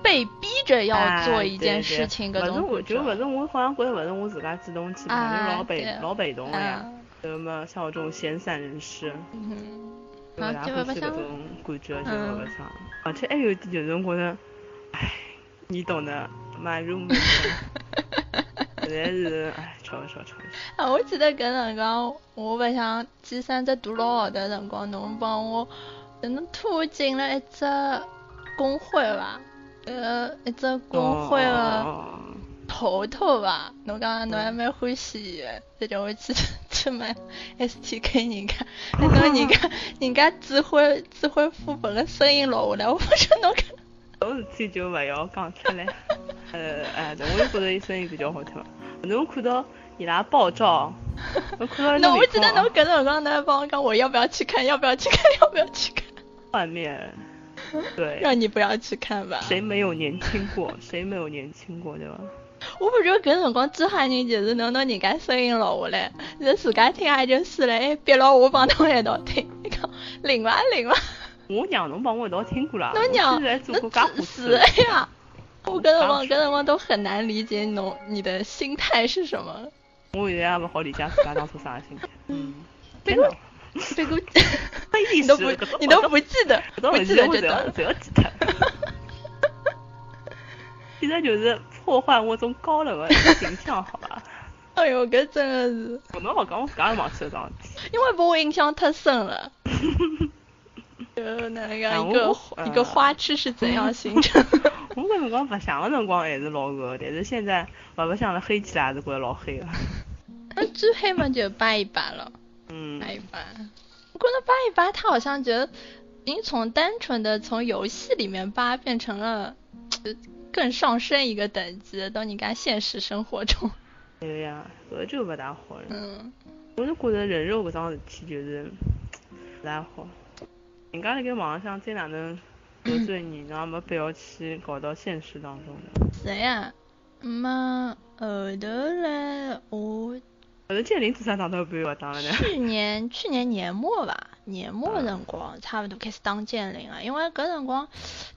[SPEAKER 1] 被逼着
[SPEAKER 2] 哎
[SPEAKER 1] 要做一件事情，搿
[SPEAKER 2] 搿
[SPEAKER 1] 种
[SPEAKER 2] 我
[SPEAKER 1] 感
[SPEAKER 2] 就
[SPEAKER 1] 觉。
[SPEAKER 2] 勿是我好像觉着勿是我自家主动去
[SPEAKER 1] 啊
[SPEAKER 2] 打，就老
[SPEAKER 1] 对
[SPEAKER 2] 被老被动了呀
[SPEAKER 1] 啊。
[SPEAKER 2] 那么像我这种闲散人士，
[SPEAKER 1] 嗯
[SPEAKER 2] 就
[SPEAKER 1] 啊
[SPEAKER 2] 勿大
[SPEAKER 1] 就
[SPEAKER 2] 欢
[SPEAKER 1] 勿
[SPEAKER 2] 喜
[SPEAKER 1] 想
[SPEAKER 2] 搿种感觉，就
[SPEAKER 1] 嗯
[SPEAKER 2] 勿想。而且还哎有一点就是我觉着，唉，你懂的，my roommate，实在是唉，吵一吵吵一吵。
[SPEAKER 1] 啊，我记得搿辰光，我白相记三只大佬号头的辰光，侬帮我，侬拖进了一只工会伐？呃，一只工会的
[SPEAKER 2] 哦
[SPEAKER 1] 头头伐？侬讲侬还蛮欢喜的，再叫我去去买 STK 人家，那个人家人家指挥指挥副本的声音落下来，我说侬搿
[SPEAKER 2] 搿哦种事体就勿要讲出来。呃，哎，对我就觉着伊声音比较好听嘛。侬看到伊拉 爆照，侬看到
[SPEAKER 1] 那我
[SPEAKER 2] 面
[SPEAKER 1] 记得
[SPEAKER 2] 孔
[SPEAKER 1] 侬搿辰光侬还帮我讲我要不要去看，要不要去看，要不要去看，
[SPEAKER 2] 画面， 对，
[SPEAKER 1] 让你不要去看吧。
[SPEAKER 2] 谁没有年轻 过？谁没有年轻过，对吧？
[SPEAKER 1] 我不觉得搿辰光最吓人就是侬拿人家声音落下来，是自家听也就算了，还逼牢哎我帮侬一道听。 你讲灵伐灵伐？
[SPEAKER 2] 我娘侬帮我一道听过啦，
[SPEAKER 1] 侬
[SPEAKER 2] 啊我
[SPEAKER 1] 娘
[SPEAKER 2] 之前还做过
[SPEAKER 1] 侬
[SPEAKER 2] 家
[SPEAKER 1] 自
[SPEAKER 2] 伙
[SPEAKER 1] 私
[SPEAKER 2] 事，
[SPEAKER 1] 哎 呀！我搿辰光搿辰光都很难理解侬你的心态是什么。
[SPEAKER 2] 我现在也勿好理解自家当初啥心态。嗯，
[SPEAKER 1] 对
[SPEAKER 2] 真的
[SPEAKER 1] 这 个
[SPEAKER 2] 没意
[SPEAKER 1] 你
[SPEAKER 2] 思，
[SPEAKER 1] 都不
[SPEAKER 2] 搿种
[SPEAKER 1] 你都不记得，
[SPEAKER 2] 搿种
[SPEAKER 1] 不
[SPEAKER 2] 回
[SPEAKER 1] 记
[SPEAKER 2] 事
[SPEAKER 1] 得
[SPEAKER 2] 我
[SPEAKER 1] 这
[SPEAKER 2] 只要
[SPEAKER 1] 段。
[SPEAKER 2] 只要记得。 现在就是破坏我种高冷的形象，好 吧？
[SPEAKER 1] 哎哟，搿真的是，
[SPEAKER 2] 我侬勿讲，我自家也忘记了桩事体。
[SPEAKER 1] 因为把我印象太深 了。就那个
[SPEAKER 2] 哎
[SPEAKER 1] 一
[SPEAKER 2] 我
[SPEAKER 1] 个
[SPEAKER 2] 我
[SPEAKER 1] 花一个
[SPEAKER 2] 呃
[SPEAKER 1] 花痴是怎样形成的？
[SPEAKER 2] 我搿辰光白相的辰光还是老搿个，但是现在勿白相了，黑起来还是觉着老黑了。
[SPEAKER 1] 那最黑嘛就扒一扒了，
[SPEAKER 2] 嗯
[SPEAKER 1] 扒，一扒。我觉得扒一扒，他好像觉得已经从单纯的从游戏里面扒变成了就更上升一个等级，到你看现实生活中，
[SPEAKER 2] 对呀，搿就勿大好了。
[SPEAKER 1] 嗯，
[SPEAKER 2] 我是觉着人肉搿桩事体就是勿大好。人家辣盖网上再哪能得罪你，侬也没必要去搞到现实当中的。
[SPEAKER 1] 是呀。那么后头嘞，我
[SPEAKER 2] 勿是剑灵做啥打到半夜勿打了呢？
[SPEAKER 1] 去年去年年末吧，年
[SPEAKER 2] 啊
[SPEAKER 1] 末辰光差勿多开始打剑灵啊了，因为搿辰光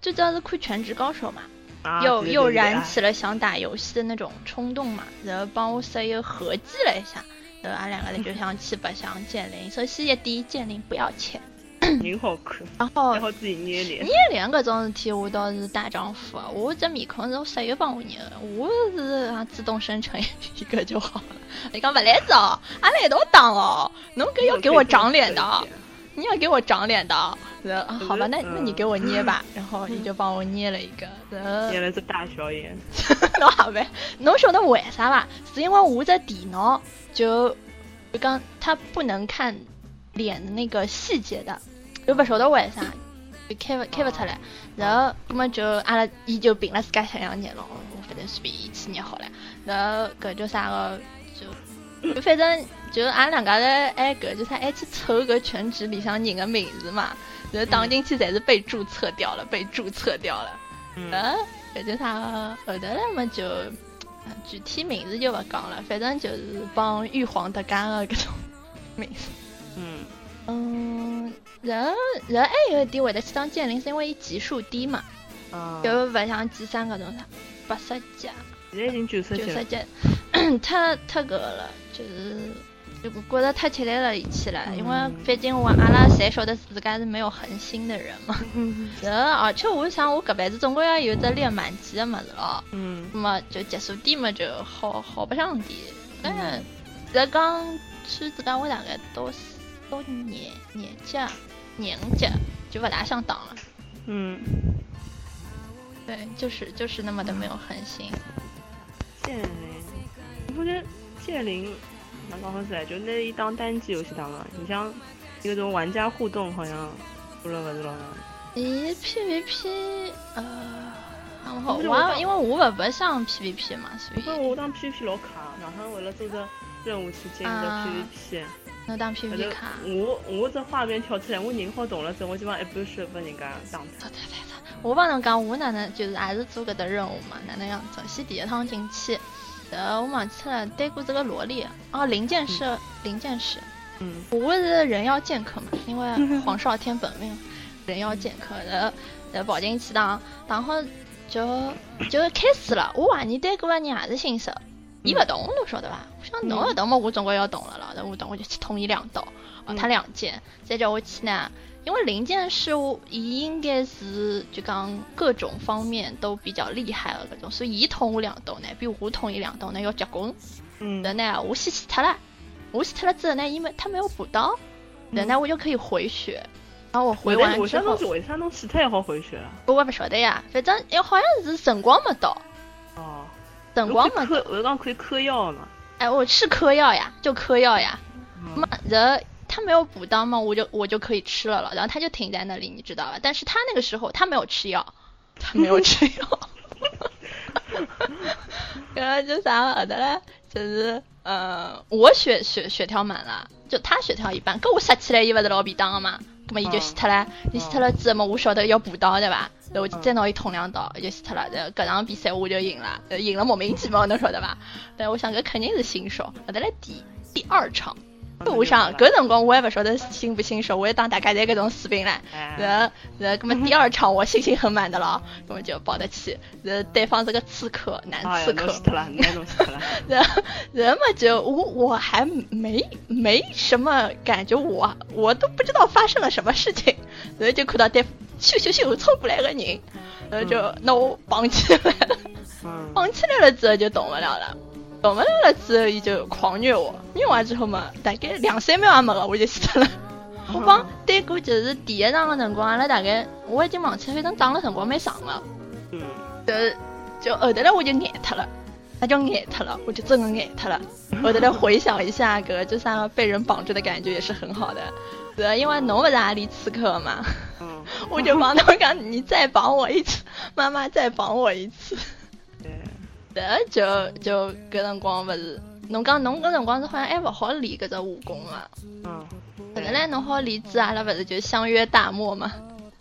[SPEAKER 1] 最早是看《全职高手》嘛，
[SPEAKER 2] 啊
[SPEAKER 1] 又
[SPEAKER 2] 对对
[SPEAKER 1] 又
[SPEAKER 2] 对
[SPEAKER 1] 燃
[SPEAKER 2] 哎
[SPEAKER 1] 起了想打游戏的那种冲动嘛，然后帮我室友合计了一下，然后俺两个人就想去白相剑灵。首先一点，剑灵不要钱，
[SPEAKER 2] 人好看，
[SPEAKER 1] 然后
[SPEAKER 2] 还好自己捏脸。
[SPEAKER 1] 捏脸搿种事体，我倒是大丈夫啊。我这面孔是我室友帮我捏的，我是啊自动生成一个就好了。你讲勿来着哦，阿拉一道打哦，侬搿要给我长脸的哦，你要给我长脸的哦。然后啊好吧，那那你给我捏吧。然后你就帮我捏了一个，然后
[SPEAKER 2] 捏了只大小眼，
[SPEAKER 1] 侬好呗，侬晓得为啥伐？是因为我这电脑就就讲它不能看脸的那个细节的，就不晓得为啥，就开不开不出来。然后，那么就阿拉伊就凭了自家想要捏咯，我反正随便伊去捏好了。然后搿叫啥个就就反正就俺两家头还搿叫啥还去凑搿全职里向人的名字嘛，然后打进去侪是被注册掉了，被注册掉了。
[SPEAKER 2] 嗯，
[SPEAKER 1] 呃，搿叫啥个？后头来么就，呃具体名字就勿讲了，反正就是帮玉皇搭界个搿种名字。
[SPEAKER 2] 嗯，
[SPEAKER 1] 嗯，然后然后还有一点会得去当剑灵，是因为伊级数低嘛，
[SPEAKER 2] 啊，
[SPEAKER 1] 就勿像剑三搿种啥八十级啊、
[SPEAKER 2] 现在已经九十
[SPEAKER 1] 九
[SPEAKER 2] 级
[SPEAKER 1] 十
[SPEAKER 2] 了，
[SPEAKER 1] 级，太太搿个了，就是。就觉得太吃力了，一起来，因为
[SPEAKER 2] 嗯
[SPEAKER 1] 毕竟我阿拉侪晓得自家是没有恒心的人嘛。
[SPEAKER 2] 嗯
[SPEAKER 1] 然后，而且我想，我搿辈子总归要有只练满级的物事咯。
[SPEAKER 2] 嗯，
[SPEAKER 1] 么就结束点嘛，就好好不上点。
[SPEAKER 2] 嗯
[SPEAKER 1] 但在讲去自家，我大概到到廿廿级、廿五级就不大想当了。
[SPEAKER 2] 嗯，
[SPEAKER 1] 对，就是就是那么的没有恒心。
[SPEAKER 2] 剑灵，我觉得剑灵哪讲好起来，就拿伊当单机游戏打嘛，你像有种玩家互动好像做了勿是老难，
[SPEAKER 1] 咦，PVP 呃，然后
[SPEAKER 2] 不是
[SPEAKER 1] 我
[SPEAKER 2] 我
[SPEAKER 1] 还
[SPEAKER 2] 当
[SPEAKER 1] 因为我勿白相 PVP 嘛，所
[SPEAKER 2] 不过
[SPEAKER 1] 以
[SPEAKER 2] 我当 PVP 老卡，哪趟为了做只任务去进
[SPEAKER 1] 啊
[SPEAKER 2] 行
[SPEAKER 1] 能当
[SPEAKER 2] 只 PVP，
[SPEAKER 1] PVP 卡。
[SPEAKER 2] 反正我我这画面跳起来，我人好动了之后，我基本上一半血被人家打
[SPEAKER 1] 擦擦擦擦我帮侬讲，我哪能就是也是做搿只任务嘛，哪能样子？先第一趟进去，然后我忘记了对过这个萝莉，哦，零件师，零件师，
[SPEAKER 2] 嗯
[SPEAKER 1] 我是人妖剑客嘛，因为黄少天本命人妖剑客，然后然后跑进去打，打好就就开始了。我怀疑对搿个人也是新手，伊勿懂侬晓得伐？我想侬勿懂嘛，我总归要懂了咯。然后我懂我就去捅伊两刀，哦
[SPEAKER 2] 嗯
[SPEAKER 1] 他两剑，再叫我去呢。因为零件是我，伊应该是就讲各种方面都比较厉害的搿种，所以伊捅我两刀呢，比我捅伊两刀呢要结棍。
[SPEAKER 2] 嗯
[SPEAKER 1] 人呢，我先洗脱了，我洗脱了之后呢，因为他没有补刀，人呢我就可以回血，然后我回完
[SPEAKER 2] 为
[SPEAKER 1] 之
[SPEAKER 2] 啥
[SPEAKER 1] 后
[SPEAKER 2] 东西，为啥侬洗脱也好回血啊？
[SPEAKER 1] 我也不晓得呀，反正哎好像是辰光没到，
[SPEAKER 2] 哦，
[SPEAKER 1] 辰光
[SPEAKER 2] 我
[SPEAKER 1] 没
[SPEAKER 2] 可以，嗑，我讲可以嗑药嘛。
[SPEAKER 1] 哎我是嗑药呀，就嗑药呀，
[SPEAKER 2] 嗯
[SPEAKER 1] 嘛人他没有补刀嘛，我就我就可以吃了了，然后他就停在那里，你知道吧？但是他那个时候他没有吃药，他没有吃药， 然后就啥后头嘞，就是呃，我血血血条满了，就他血条一半，跟我杀起来伊勿是老便当个嘛，那么伊就死脱了，伊死脱了之后嘛，我晓得要补刀对伐？然后我就再拿伊捅两刀，伊就死脱了。然后搿场比赛我就赢了，呃赢了莫名其妙，侬晓得伐？但我想搿肯定是新手，后头来第第二场。路上，
[SPEAKER 2] 嗯
[SPEAKER 1] 搿辰光我也勿晓得新不新手，我也当大家侪搿种士兵唻。
[SPEAKER 2] 哎，
[SPEAKER 1] 然后，然后，葛么第二场我信心很满的咯，葛么就保得起。然后对方是个刺客，
[SPEAKER 2] 哎
[SPEAKER 1] 男
[SPEAKER 2] 呀
[SPEAKER 1] 刺，
[SPEAKER 2] 侬
[SPEAKER 1] 客
[SPEAKER 2] 死，脱了，那侬死脱 了。
[SPEAKER 1] 然后，然后嘛就我我还没没什么感觉我，我都不知道发生了什么事情，然后就看到对咻咻咻冲过来个人，然后就拿我绑起来了。
[SPEAKER 2] 嗯，
[SPEAKER 1] 绑起来了之后就动不了了，动不了了之后，伊就狂虐我，虐完之后嘛，大概两三秒也没了，我就死脱了。我
[SPEAKER 2] 嗯
[SPEAKER 1] 帮对过就是第一场的辰光，阿拉大概我已经忘记，反正打了辰光蛮长了，
[SPEAKER 2] 嗯，
[SPEAKER 1] 就就后头来我就眼脱了，那就眼脱了，我就真的眼脱了。后头来回想一下，个就像被人绑住的感觉也是很好的。对，因为侬不是阿里刺客嘛，
[SPEAKER 2] 嗯，
[SPEAKER 1] 我就帮侬讲，你再绑我一次，妈妈再绑我一次。
[SPEAKER 2] 对，
[SPEAKER 1] 然后就就搿辰光勿是，侬讲侬搿辰光是好像还勿好练搿只武功嘛，
[SPEAKER 2] 嗯，
[SPEAKER 1] 后头来侬好练之后阿拉勿是就相约大漠嘛？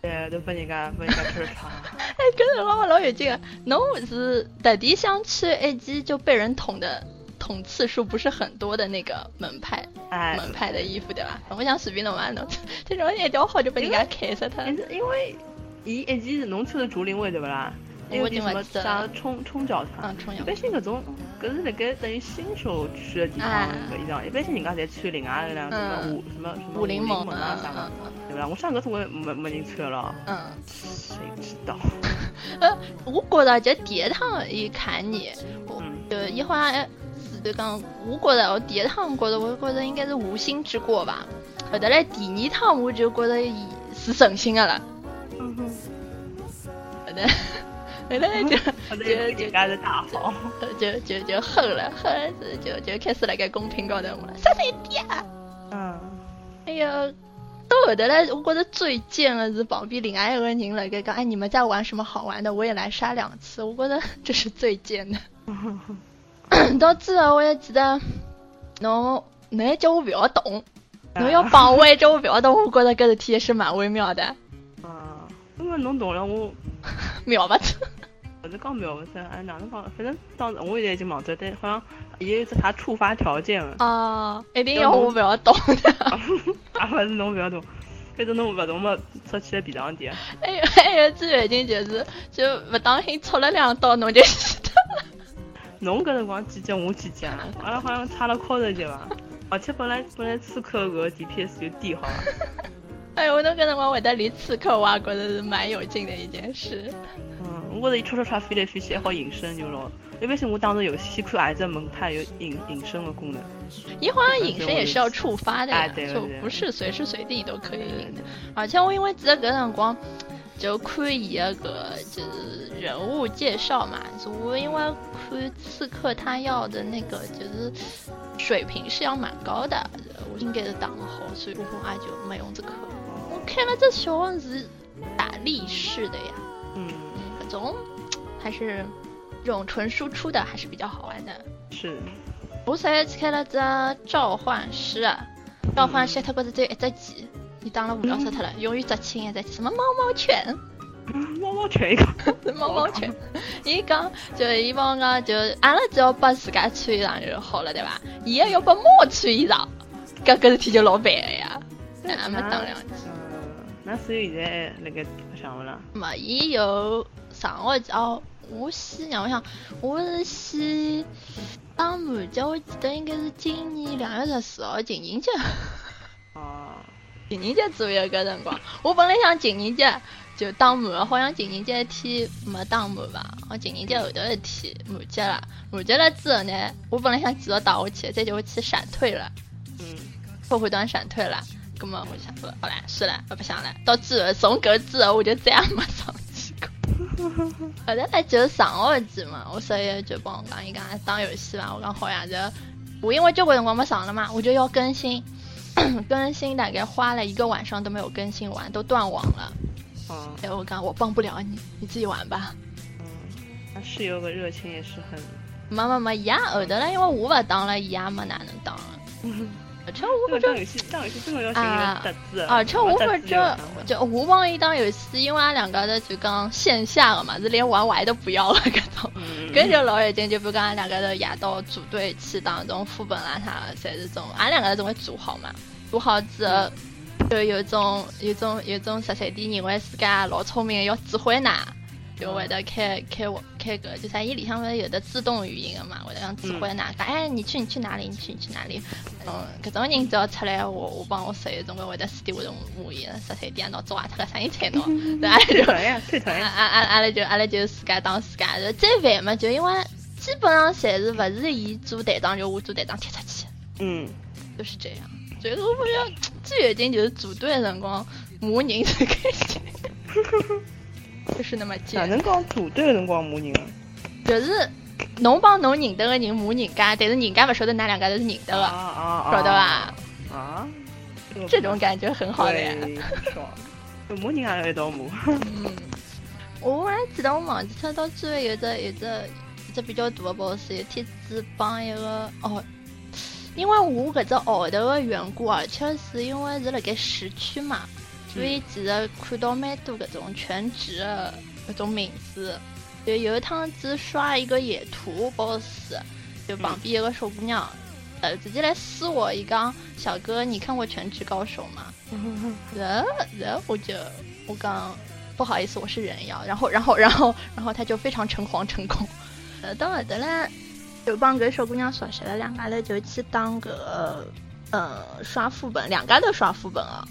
[SPEAKER 2] 对，都被人家被人家吃场。
[SPEAKER 1] 哎，呃哎搿辰光我老有劲个，侬是特地想去一记就被人捅的，统次数不是很多的那个门派
[SPEAKER 2] 哎，
[SPEAKER 1] 门派的衣服对伐？我想随便侬买侬，这种一条好就被人家砍死脱
[SPEAKER 2] 但。是因为伊一件侬穿的竹林味对不啦？还有
[SPEAKER 1] 我已
[SPEAKER 2] 件
[SPEAKER 1] 经
[SPEAKER 2] 什么
[SPEAKER 1] 勿记得
[SPEAKER 2] 啥
[SPEAKER 1] 了
[SPEAKER 2] 冲冲脚衫
[SPEAKER 1] 嗯，，重
[SPEAKER 2] 一
[SPEAKER 1] 要。
[SPEAKER 2] 般性搿种搿是辣盖等于新手区的地方
[SPEAKER 1] 哎
[SPEAKER 2] 搿衣裳，一般性人家侪穿另外的两啊什么
[SPEAKER 1] 嗯
[SPEAKER 2] 五什么什么
[SPEAKER 1] 武林盟
[SPEAKER 2] 盟啊啥的，对不啦？我想搿总归没没人穿了，
[SPEAKER 1] 嗯，
[SPEAKER 2] 谁知道？
[SPEAKER 1] 呃，我觉着就第一趟伊砍你，我
[SPEAKER 2] 嗯
[SPEAKER 1] 就伊好像是讲，我觉着我第一趟觉着，我觉着应该是无心之过吧。后头来第二趟我就觉着伊是诚心的了，
[SPEAKER 2] 嗯哼，
[SPEAKER 1] 后头后头就
[SPEAKER 2] 或者
[SPEAKER 1] 就
[SPEAKER 2] 有人家是大好，
[SPEAKER 1] 就就就恨了，恨了就就开始辣盖公屏高头骂了，啥三逼啊！
[SPEAKER 2] 嗯，
[SPEAKER 1] 哎呀，到后头来，我觉着最贱啊的是旁边另外一个人辣盖讲，哎，你们在玩什么好玩的？我也来杀两次，我觉着这是最贱的。嗯到最后我也记得，侬侬还叫我不要动，侬要帮我还叫我不要动，我觉着搿事体也是蛮微妙的，
[SPEAKER 2] 嗯，因为侬懂了我。
[SPEAKER 1] 妙勿出。，
[SPEAKER 2] 我是讲苗不是，哎，哪能讲？反正当时我现在已经忘记了，但好像也有只啥触发条件了
[SPEAKER 1] 哦，一定要我不要 动的。
[SPEAKER 2] 啊，勿是侬不要懂，反正侬勿懂么，出去的便当店，
[SPEAKER 1] 还有还有最后一件就是，就勿当心戳了两刀，侬就死脱了。
[SPEAKER 2] 侬搿辰光几级，我几级啊？阿拉好像差了靠十级伐？而且本来本来刺客搿个 DPS 就低好伐？
[SPEAKER 1] 哎呦，我侬搿辰光会得离刺客，我也觉着是蛮有劲的一件事。
[SPEAKER 2] 嗯，我觉着伊刷刷刷飞来飞去还好隐身就咯。一般性我打着游戏看阿一只门派有隐隐身的功能，
[SPEAKER 1] 银花隐身也是要触发的呀，
[SPEAKER 2] 啊对对
[SPEAKER 1] 就
[SPEAKER 2] 对嗯
[SPEAKER 1] 不是随时随地都可以隐的。而且我因为记得搿辰光就看伊那个就是人物介绍嘛，就我因为看刺客他要的那个就是水平是要蛮高的，我应该是打了好，所以我也就没用这个。
[SPEAKER 2] 嗯
[SPEAKER 1] 我看了这小王子打力士的呀，
[SPEAKER 2] 嗯，
[SPEAKER 1] 搿种还是这种纯输出的还是比较好玩的。
[SPEAKER 2] 是，
[SPEAKER 1] 我才开了只召唤师啊，召唤师他觉着只有一只技，你打了无聊死脱了，永远只清一只技，什么猫猫拳，
[SPEAKER 2] 猫猫拳一个，
[SPEAKER 1] 是猫猫拳。 伊讲就伊帮我讲就阿拉只要把自家穿衣裳就好了，对伐？伊也要把猫穿衣裳，搿搿事体就老烦个呀。俺没当两
[SPEAKER 2] 嗯，那所以现在那个想勿啦？
[SPEAKER 1] 嘛，伊有上学期哦，我先让我想，我是先当满级，我记得应该是今年两月十四号情人 节。
[SPEAKER 2] 哦，
[SPEAKER 1] 情人节左右搿辰光，我本来想情人节就打满，好像情人节一天没打满吧，我情人节后头一天满级了，满级了之后呢，我本来想继续打下去，再叫我去闪退了，
[SPEAKER 2] 嗯，
[SPEAKER 1] 后悔端闪退了，葛么我想说，好啦，算了，我不想了，到之后从搿之后我就再也 没上去过。后头来就是上学期嘛，我室友就帮我讲，伊讲打游戏伐，我讲好呀，就我因为交关辰光没上了嘛，我就要更新， 更新大概花了一个晚上都没有更新完，都断网了。
[SPEAKER 2] 哦，
[SPEAKER 1] 哎，我讲我帮不了你，你自己玩吧。
[SPEAKER 2] 嗯，那室友的热情也是很，
[SPEAKER 1] 没没没，伊也后头来，因为我勿打了，伊也没哪能打了。而且我
[SPEAKER 2] 这
[SPEAKER 1] 觉
[SPEAKER 2] 当
[SPEAKER 1] 着，
[SPEAKER 2] 游戏当游戏真
[SPEAKER 1] 啊
[SPEAKER 2] 的要寻一个特啊质，
[SPEAKER 1] 而且我
[SPEAKER 2] 特
[SPEAKER 1] 觉
[SPEAKER 2] 质有啥
[SPEAKER 1] 着，就我帮伊打游戏，因为俺两个头就讲线下的嘛，是连玩玩都不要了搿种。
[SPEAKER 2] 嗯，
[SPEAKER 1] 搿就老有劲，就比如讲，俺两个头夜到组队去打那种副本啊啥的，侪是这种，俺两个头总会组好嘛，组好之
[SPEAKER 2] 嗯
[SPEAKER 1] 后，就有种有种有种十三点认为自家老聪明，要指挥㑚，就会
[SPEAKER 2] 嗯
[SPEAKER 1] 得开开我开个，就啥伊里向勿是有的自动语音个嘛，会得让指
[SPEAKER 2] 嗯
[SPEAKER 1] 挥㑚讲，哎，你去你去哪里，你去你去哪里，嗯，搿种人只要出来，我我帮我室友总归会得私底下头骂伊，十三点脑子坏脱了，啥人睬 侬，对俺
[SPEAKER 2] 退
[SPEAKER 1] 就
[SPEAKER 2] 团呀，退团
[SPEAKER 1] 啊
[SPEAKER 2] 呀，
[SPEAKER 1] 啊啊！阿拉就阿拉就自家当自家的，最烦嘛，就因为基本上侪是勿是伊做队长，就我做队长踢出去，
[SPEAKER 2] 嗯，
[SPEAKER 1] 就是这样。所以我不要最有劲就是组队的辰光骂人最开心，就是那么
[SPEAKER 2] 哪
[SPEAKER 1] 贱。
[SPEAKER 2] 能讲组队的辰光骂人啊？
[SPEAKER 1] 就是侬帮侬认得个人骂人家，但是人家勿晓得㑚两家头是认得
[SPEAKER 2] 啊
[SPEAKER 1] 个，
[SPEAKER 2] 啊啊！
[SPEAKER 1] 晓得伐？
[SPEAKER 2] 啊，个
[SPEAKER 1] 这种感觉很好的呀。
[SPEAKER 2] 对，爽，骂人也要一道 骂，
[SPEAKER 1] 嗯，我还记得我忘记脱到最后有只有只有只比较大的 boss，有天子帮一个哦，因为我搿只号头的缘故，而且是因为是辣盖市区嘛，所以其实看到蛮多搿种全职的搿种名字。就有一趟子刷一个野图 boss，就旁边有个小姑娘，呃，直接来撕我，伊讲小哥，你看过《全职高手》吗？然后然后我就我刚不好意思，我是人妖。然后然后然后然后他就非常诚惶诚恐。呃，到后头嘞，就帮搿小姑娘熟悉了，两家头就去当搿呃刷副本，两家头刷副本啊。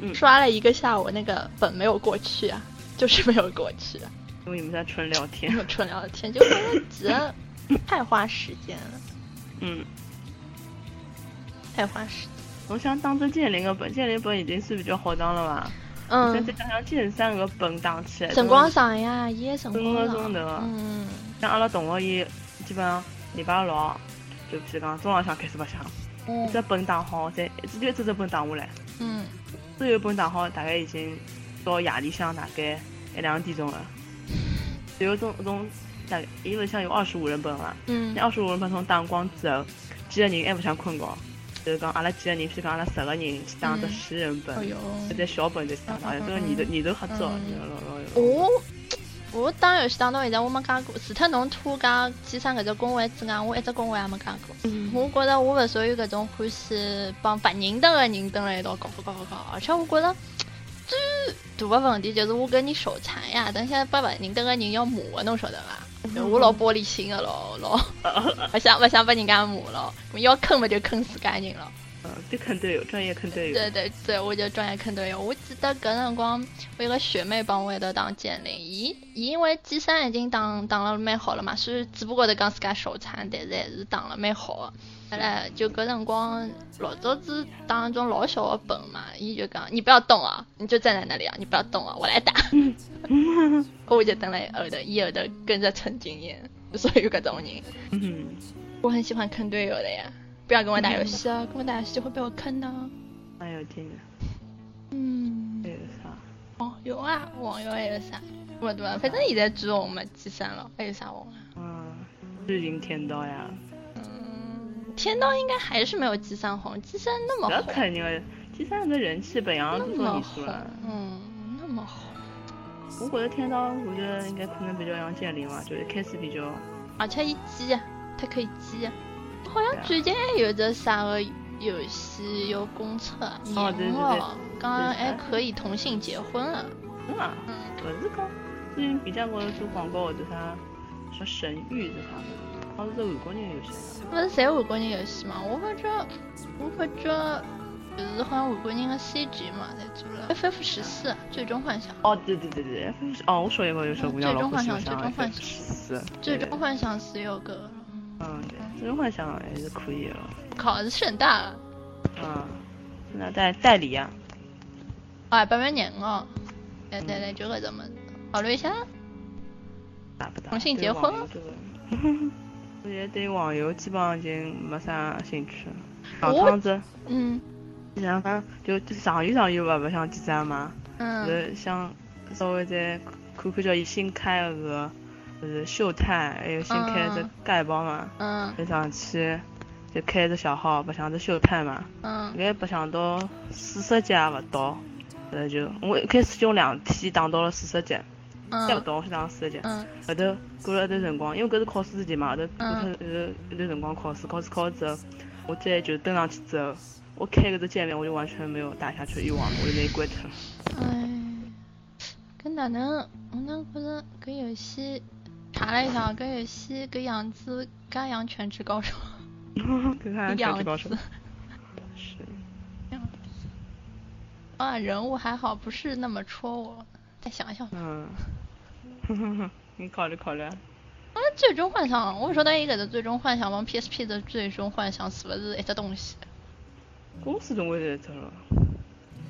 [SPEAKER 2] 嗯
[SPEAKER 1] 刷了一个下午，那个本没有过去啊，就是没有过去、啊，
[SPEAKER 2] 因为你们在纯聊天
[SPEAKER 1] 没。有纯聊天，就觉得急得太花时间了，
[SPEAKER 2] 嗯，
[SPEAKER 1] 太花时间。
[SPEAKER 2] 我想打只剑灵个本，剑灵本已经是比较好打了吧？现
[SPEAKER 1] 嗯
[SPEAKER 2] 再，加上剑三个本打起来，
[SPEAKER 1] 辰光长呀，伊个辰光
[SPEAKER 2] 分个
[SPEAKER 1] 长
[SPEAKER 2] 钟头啊。
[SPEAKER 1] 嗯，
[SPEAKER 2] 像阿拉同学伊基本上礼拜六就譬如讲中浪向开始白相，一只
[SPEAKER 1] 嗯
[SPEAKER 2] 本打好，再一直就一只只本打下来，
[SPEAKER 1] 嗯，
[SPEAKER 2] 最后一本打好大概已经到夜里向大概一两点钟了。然后从从大概伊勿像有二十五人本伐？
[SPEAKER 1] 嗯
[SPEAKER 2] 那，二十五人本从打光之后，几个人还勿想困觉，就是讲阿拉几个人，譬如讲阿拉十个人去打只
[SPEAKER 1] 嗯
[SPEAKER 2] 十人本
[SPEAKER 1] 哎，呦，
[SPEAKER 2] 就在小本就打，
[SPEAKER 1] 嗯
[SPEAKER 2] 哎呀，
[SPEAKER 1] 嗯
[SPEAKER 2] 这个年头年头黑糟，
[SPEAKER 1] 嗯
[SPEAKER 2] 老老有。
[SPEAKER 1] 我我打游戏打到现在我没加过，除脱侬拖加几场搿只工会之外，我一只工会也没加过。我觉着我勿属于搿种欢喜帮白人搭个人蹲辣一道搞搞搞搞搞，而且我觉着最大个问题就是我搿人手残呀，等下把白人搭个人要骂个，侬晓得伐？就我老玻璃心个咯， 老勿想勿想被人家骂咯，要坑么就坑自家人咯。
[SPEAKER 2] 嗯，对坑队友，专业坑队友。
[SPEAKER 1] 对对对，我就专业坑队友。我记得搿辰光，我有个学妹帮我一道打剑灵，伊伊因为剑三已经打打了蛮好了嘛，所以只不过是讲自家手残，但是还是打了蛮好的。后来就搿辰光，老早子打那种老小的本嘛，伊就讲你不要动啊，你就站在那里啊，你不要动啊，我来打。 我就等了后头，伊后头跟着成经验，所以有搿种人。
[SPEAKER 2] 嗯，
[SPEAKER 1] 我很喜欢坑队友的呀，不要跟我打游戏啊，跟我打游戏就会被我坑的啊。
[SPEAKER 2] 蛮有劲的。
[SPEAKER 1] 嗯
[SPEAKER 2] 还。有啥？
[SPEAKER 1] 网游啊，网游还有啥？我对伐？反正现在只红嘛，几三了，还有啥红啊？
[SPEAKER 2] 嗯，日行天道呀，
[SPEAKER 1] 嗯，天道应该还是没有几三红，几三那么
[SPEAKER 2] 这
[SPEAKER 1] 红，
[SPEAKER 2] 肯定的。第三个人气本扬
[SPEAKER 1] 那
[SPEAKER 2] 多
[SPEAKER 1] 么
[SPEAKER 2] 少年数
[SPEAKER 1] 红
[SPEAKER 2] 了？，
[SPEAKER 1] 嗯，那么红，
[SPEAKER 2] 我觉得天道，我觉得应该可能比较像剑灵嘛，就是开始比较
[SPEAKER 1] 而且一机，它可以机，好
[SPEAKER 2] 啊
[SPEAKER 1] 像最近还有只啥个游戏有公测，赢
[SPEAKER 2] 哦对对对
[SPEAKER 1] 了，刚刚
[SPEAKER 2] 对
[SPEAKER 1] 还可以同性结婚了，
[SPEAKER 2] 嗯啊，
[SPEAKER 1] 嗯，
[SPEAKER 2] 不是讲最近 B 站高头做广告的啥，说神域是哦啥的，好像是韩国人游戏。
[SPEAKER 1] 不是侪韩国人游戏嘛？我发觉，我发觉就是好像韩国人的 CG 嘛，在做了 FF 十四啊最终幻想。
[SPEAKER 2] 哦，对对对对，哦，我小辰光有小姑娘
[SPEAKER 1] 最
[SPEAKER 2] 老
[SPEAKER 1] 终
[SPEAKER 2] 欢喜
[SPEAKER 1] 幻想啊最
[SPEAKER 2] 上
[SPEAKER 1] 终幻
[SPEAKER 2] F 十，
[SPEAKER 1] 最终幻想十有个，
[SPEAKER 2] 嗯，对，嗯最终幻想哎还是可以了，
[SPEAKER 1] 靠，是很大啊了，
[SPEAKER 2] 嗯，那代代理啊，
[SPEAKER 1] 哎，八百年哦，对对对，就搿种么子，考虑一下。
[SPEAKER 2] 打不打？
[SPEAKER 1] 同性
[SPEAKER 2] 对
[SPEAKER 1] 结婚
[SPEAKER 2] 网游这个 我觉得对网游基本上已经没啥兴趣了。上
[SPEAKER 1] 我
[SPEAKER 2] 趟子，
[SPEAKER 1] 嗯
[SPEAKER 2] 你想想，就就上游上游吧，不像几站嘛，就
[SPEAKER 1] 嗯，
[SPEAKER 2] 是想稍微再看看叫伊新开的个，就是秀探，还有新开的
[SPEAKER 1] 嗯
[SPEAKER 2] 这丐帮嘛，
[SPEAKER 1] 嗯
[SPEAKER 2] 就想去就开只小号，白相只秀探嘛，
[SPEAKER 1] 嗯
[SPEAKER 2] 应该白相到四十级也勿到，呃就我一开始用两天打到了四十级，再勿
[SPEAKER 1] 嗯
[SPEAKER 2] 到我去打四十级。
[SPEAKER 1] 嗯
[SPEAKER 2] 后头过了一段辰光，因为搿是考试之前嘛，后头过脱
[SPEAKER 1] 嗯
[SPEAKER 2] 后头一段辰光考试，考试考了之后，我再就登上去之后，我开搿只剑灵，我就完全没有打下去的欲望了，我就拿伊关 脱了。
[SPEAKER 1] 嗯，哎，搿哪能？我哪觉着搿游戏查了一下，搿游戏搿样子介像《全职高手
[SPEAKER 2] 看看》嗯全职高
[SPEAKER 1] 样
[SPEAKER 2] 手
[SPEAKER 1] 子。
[SPEAKER 2] 是，
[SPEAKER 1] 啊，人物还好，不是那么戳我。再想想，
[SPEAKER 2] 嗯， 你考虑考虑。
[SPEAKER 1] 啊，最终幻想，我晓得伊搿个最终幻想帮 PSP 的最终幻想是勿是一只东西？
[SPEAKER 2] 公司总归是走了。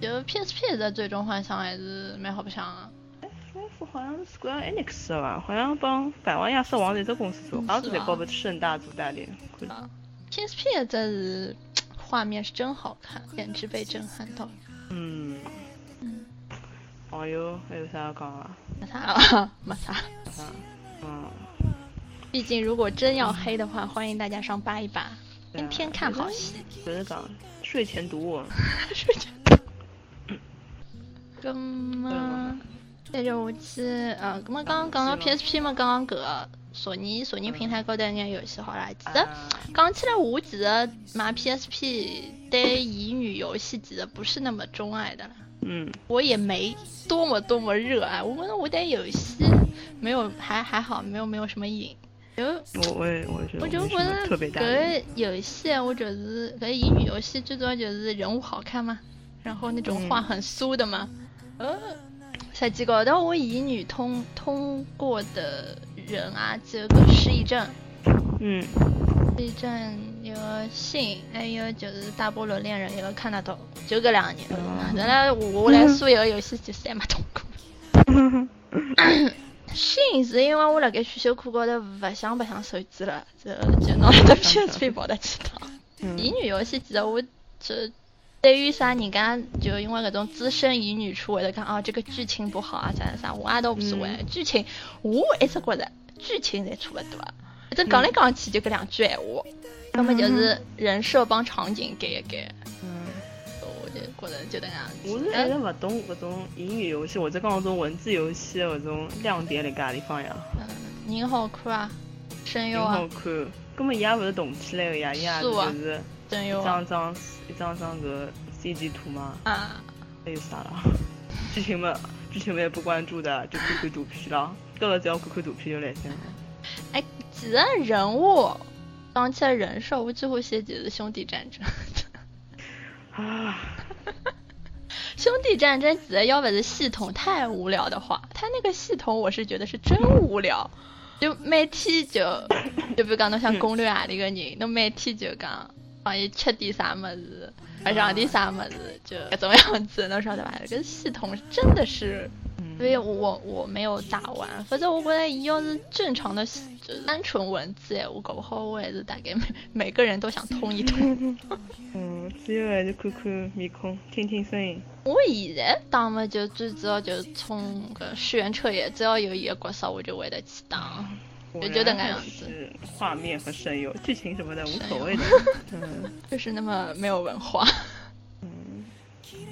[SPEAKER 1] 就 PSP 的最终幻想还是蛮好白相啊。
[SPEAKER 2] 哎，公司好像是 Square Enix 的吧？好像帮百万亚瑟王这只公司做，
[SPEAKER 1] 嗯
[SPEAKER 2] 好像是
[SPEAKER 1] 是
[SPEAKER 2] 在
[SPEAKER 1] 吧
[SPEAKER 2] 搞不盛大做代理。
[SPEAKER 1] 啊，PSP 的这是画面是真好看，简直被震撼到。
[SPEAKER 2] 嗯，
[SPEAKER 1] 嗯，
[SPEAKER 2] 网游还有啥要讲啊？
[SPEAKER 1] 没啥啊，没啥。
[SPEAKER 2] 嗯。
[SPEAKER 1] 毕竟如果真要黑的话，欢迎大家上扒一扒，
[SPEAKER 2] 啊
[SPEAKER 1] 天天看好戏。
[SPEAKER 2] 就是讲睡前读物，
[SPEAKER 1] 睡觉。咁么，接着我去，呃，咁么刚刚讲到 PSP 嘛，刚刚搿索尼索尼平台高头一眼游戏好啦。其实讲起来，我其实买 PSP 对乙女游戏其实不是那么钟爱的啦。
[SPEAKER 2] 嗯，
[SPEAKER 1] 我也没多么多么热爱，我觉得我对游戏没有还还好，没有没有什么瘾。因为
[SPEAKER 2] 我我也我也觉得
[SPEAKER 1] 我
[SPEAKER 2] 我
[SPEAKER 1] 就觉
[SPEAKER 2] 没什么特
[SPEAKER 1] 得
[SPEAKER 2] 别
[SPEAKER 1] 搿
[SPEAKER 2] 大的
[SPEAKER 1] 个游戏，我就是搿乙女游戏最主要就是人物好看嘛，然后那种
[SPEAKER 2] 嗯
[SPEAKER 1] 画很酥的嘛。呃，实际高头我乙女通通过的人啊，只有个失忆症，
[SPEAKER 2] 嗯
[SPEAKER 1] 失忆症一个信，还有一个就是大菠萝恋人，一个看得到，就搿两个人。
[SPEAKER 2] 嗯
[SPEAKER 1] 然来我我来所有游戏其实还没通过。信是因为我辣盖选修课高头勿想白相手机了，就就拿了 PSP 跑得去打。乙
[SPEAKER 2] 嗯
[SPEAKER 1] 女游戏其实我这对于啥人家就因为搿种资深乙女出会得讲哦这个剧情不好啊啥啥啥，我也倒无所谓。
[SPEAKER 2] 嗯
[SPEAKER 1] 剧情我一直觉着剧情侪差勿多，反正讲来讲去就搿两句闲话，要么就是啊人设帮场景改一改，
[SPEAKER 2] 嗯，
[SPEAKER 1] 我就觉着就迭样
[SPEAKER 2] 我
[SPEAKER 1] 子哎但
[SPEAKER 2] 是。一直勿懂搿种乙女游戏或者讲搿种文字游戏的搿种亮点辣啥地方呀？
[SPEAKER 1] 嗯，人好看啊，声优
[SPEAKER 2] 挺
[SPEAKER 1] 啊
[SPEAKER 2] 好，看，根本伊也勿是动起来个呀，伊也是
[SPEAKER 1] 是啊
[SPEAKER 2] 就是
[SPEAKER 1] 声
[SPEAKER 2] 一
[SPEAKER 1] 优啊
[SPEAKER 2] 张张一张张搿 CG 图嘛，哎
[SPEAKER 1] 啊，
[SPEAKER 2] 还有啥啦？ 剧情嘛，剧情嘛也不关注的，就看看图片啦。搿个只要看看图片就来三了。
[SPEAKER 1] 哎，其实人物讲起来人设，我最欢喜的就是兄弟战争。
[SPEAKER 2] 啊，
[SPEAKER 1] 兄弟战争其实要不是系统太无聊的话，他那个系统我是觉得是真无聊，就每天就就比如讲侬想攻略啊里个人，侬每天就讲帮伊吃点啥么子，啊上点啥么子，就搿种样子，侬晓得伐？搿系统真的是所以
[SPEAKER 2] 嗯，
[SPEAKER 1] 我我我没有打完，否则我觉得伊要是正常的就是单纯文字，哎，我搞不好我也是大概每每个人都想通一通。
[SPEAKER 2] 嗯，最后还是看看面孔，听听声音。
[SPEAKER 1] 我现在打嘛，就最主要就是冲个世园彻野，只要有伊个角色，我就会得去打。
[SPEAKER 2] 我
[SPEAKER 1] 就觉得那样子
[SPEAKER 2] 是画面和声优，剧情什么的无所谓的。嗯
[SPEAKER 1] 就是那么没有文化。
[SPEAKER 2] 嗯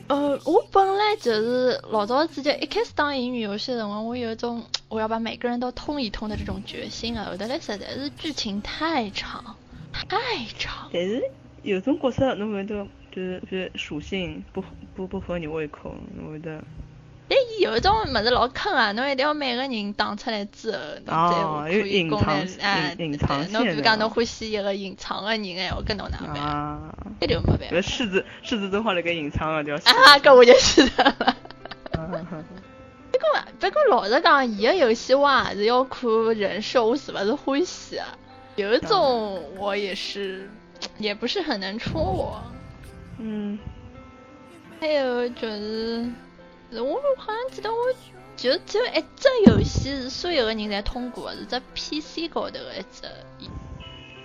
[SPEAKER 1] 呃，我本来就是老早之前一开始打乙女游戏的辰光，我有一种我要把每个人都通一通的这种决心啊。后头来实在是剧情太长，太长。
[SPEAKER 2] 但是有种角色侬会得就是就是属性不合不不合你胃口，侬会得
[SPEAKER 1] 但伊哎有一种物事老坑啊，侬一定要每个人打出来之后，侬再
[SPEAKER 2] 哦
[SPEAKER 1] 可
[SPEAKER 2] 有
[SPEAKER 1] 以
[SPEAKER 2] 隐
[SPEAKER 1] 攻
[SPEAKER 2] 藏
[SPEAKER 1] 略哎，
[SPEAKER 2] 隐
[SPEAKER 1] 对
[SPEAKER 2] 隐藏
[SPEAKER 1] 对侬比如
[SPEAKER 2] 线
[SPEAKER 1] 讲
[SPEAKER 2] 的
[SPEAKER 1] 侬欢喜一个隐藏的人哎，我跟侬哪办？
[SPEAKER 2] 啊，
[SPEAKER 1] 这就没办
[SPEAKER 2] 搿狮子狮子正好辣盖隐藏了条线
[SPEAKER 1] 法。啊，搿我就是了。
[SPEAKER 2] 嗯
[SPEAKER 1] 不过不过老实讲，伊个游戏我也是要看人设，我是勿是欢喜啊？有一种我也是，也不是很能戳我。
[SPEAKER 2] 嗯，
[SPEAKER 1] 还有就是，我好像记得我就只有一只游戏是所有个人侪通过的，是只 PC 高头的一只。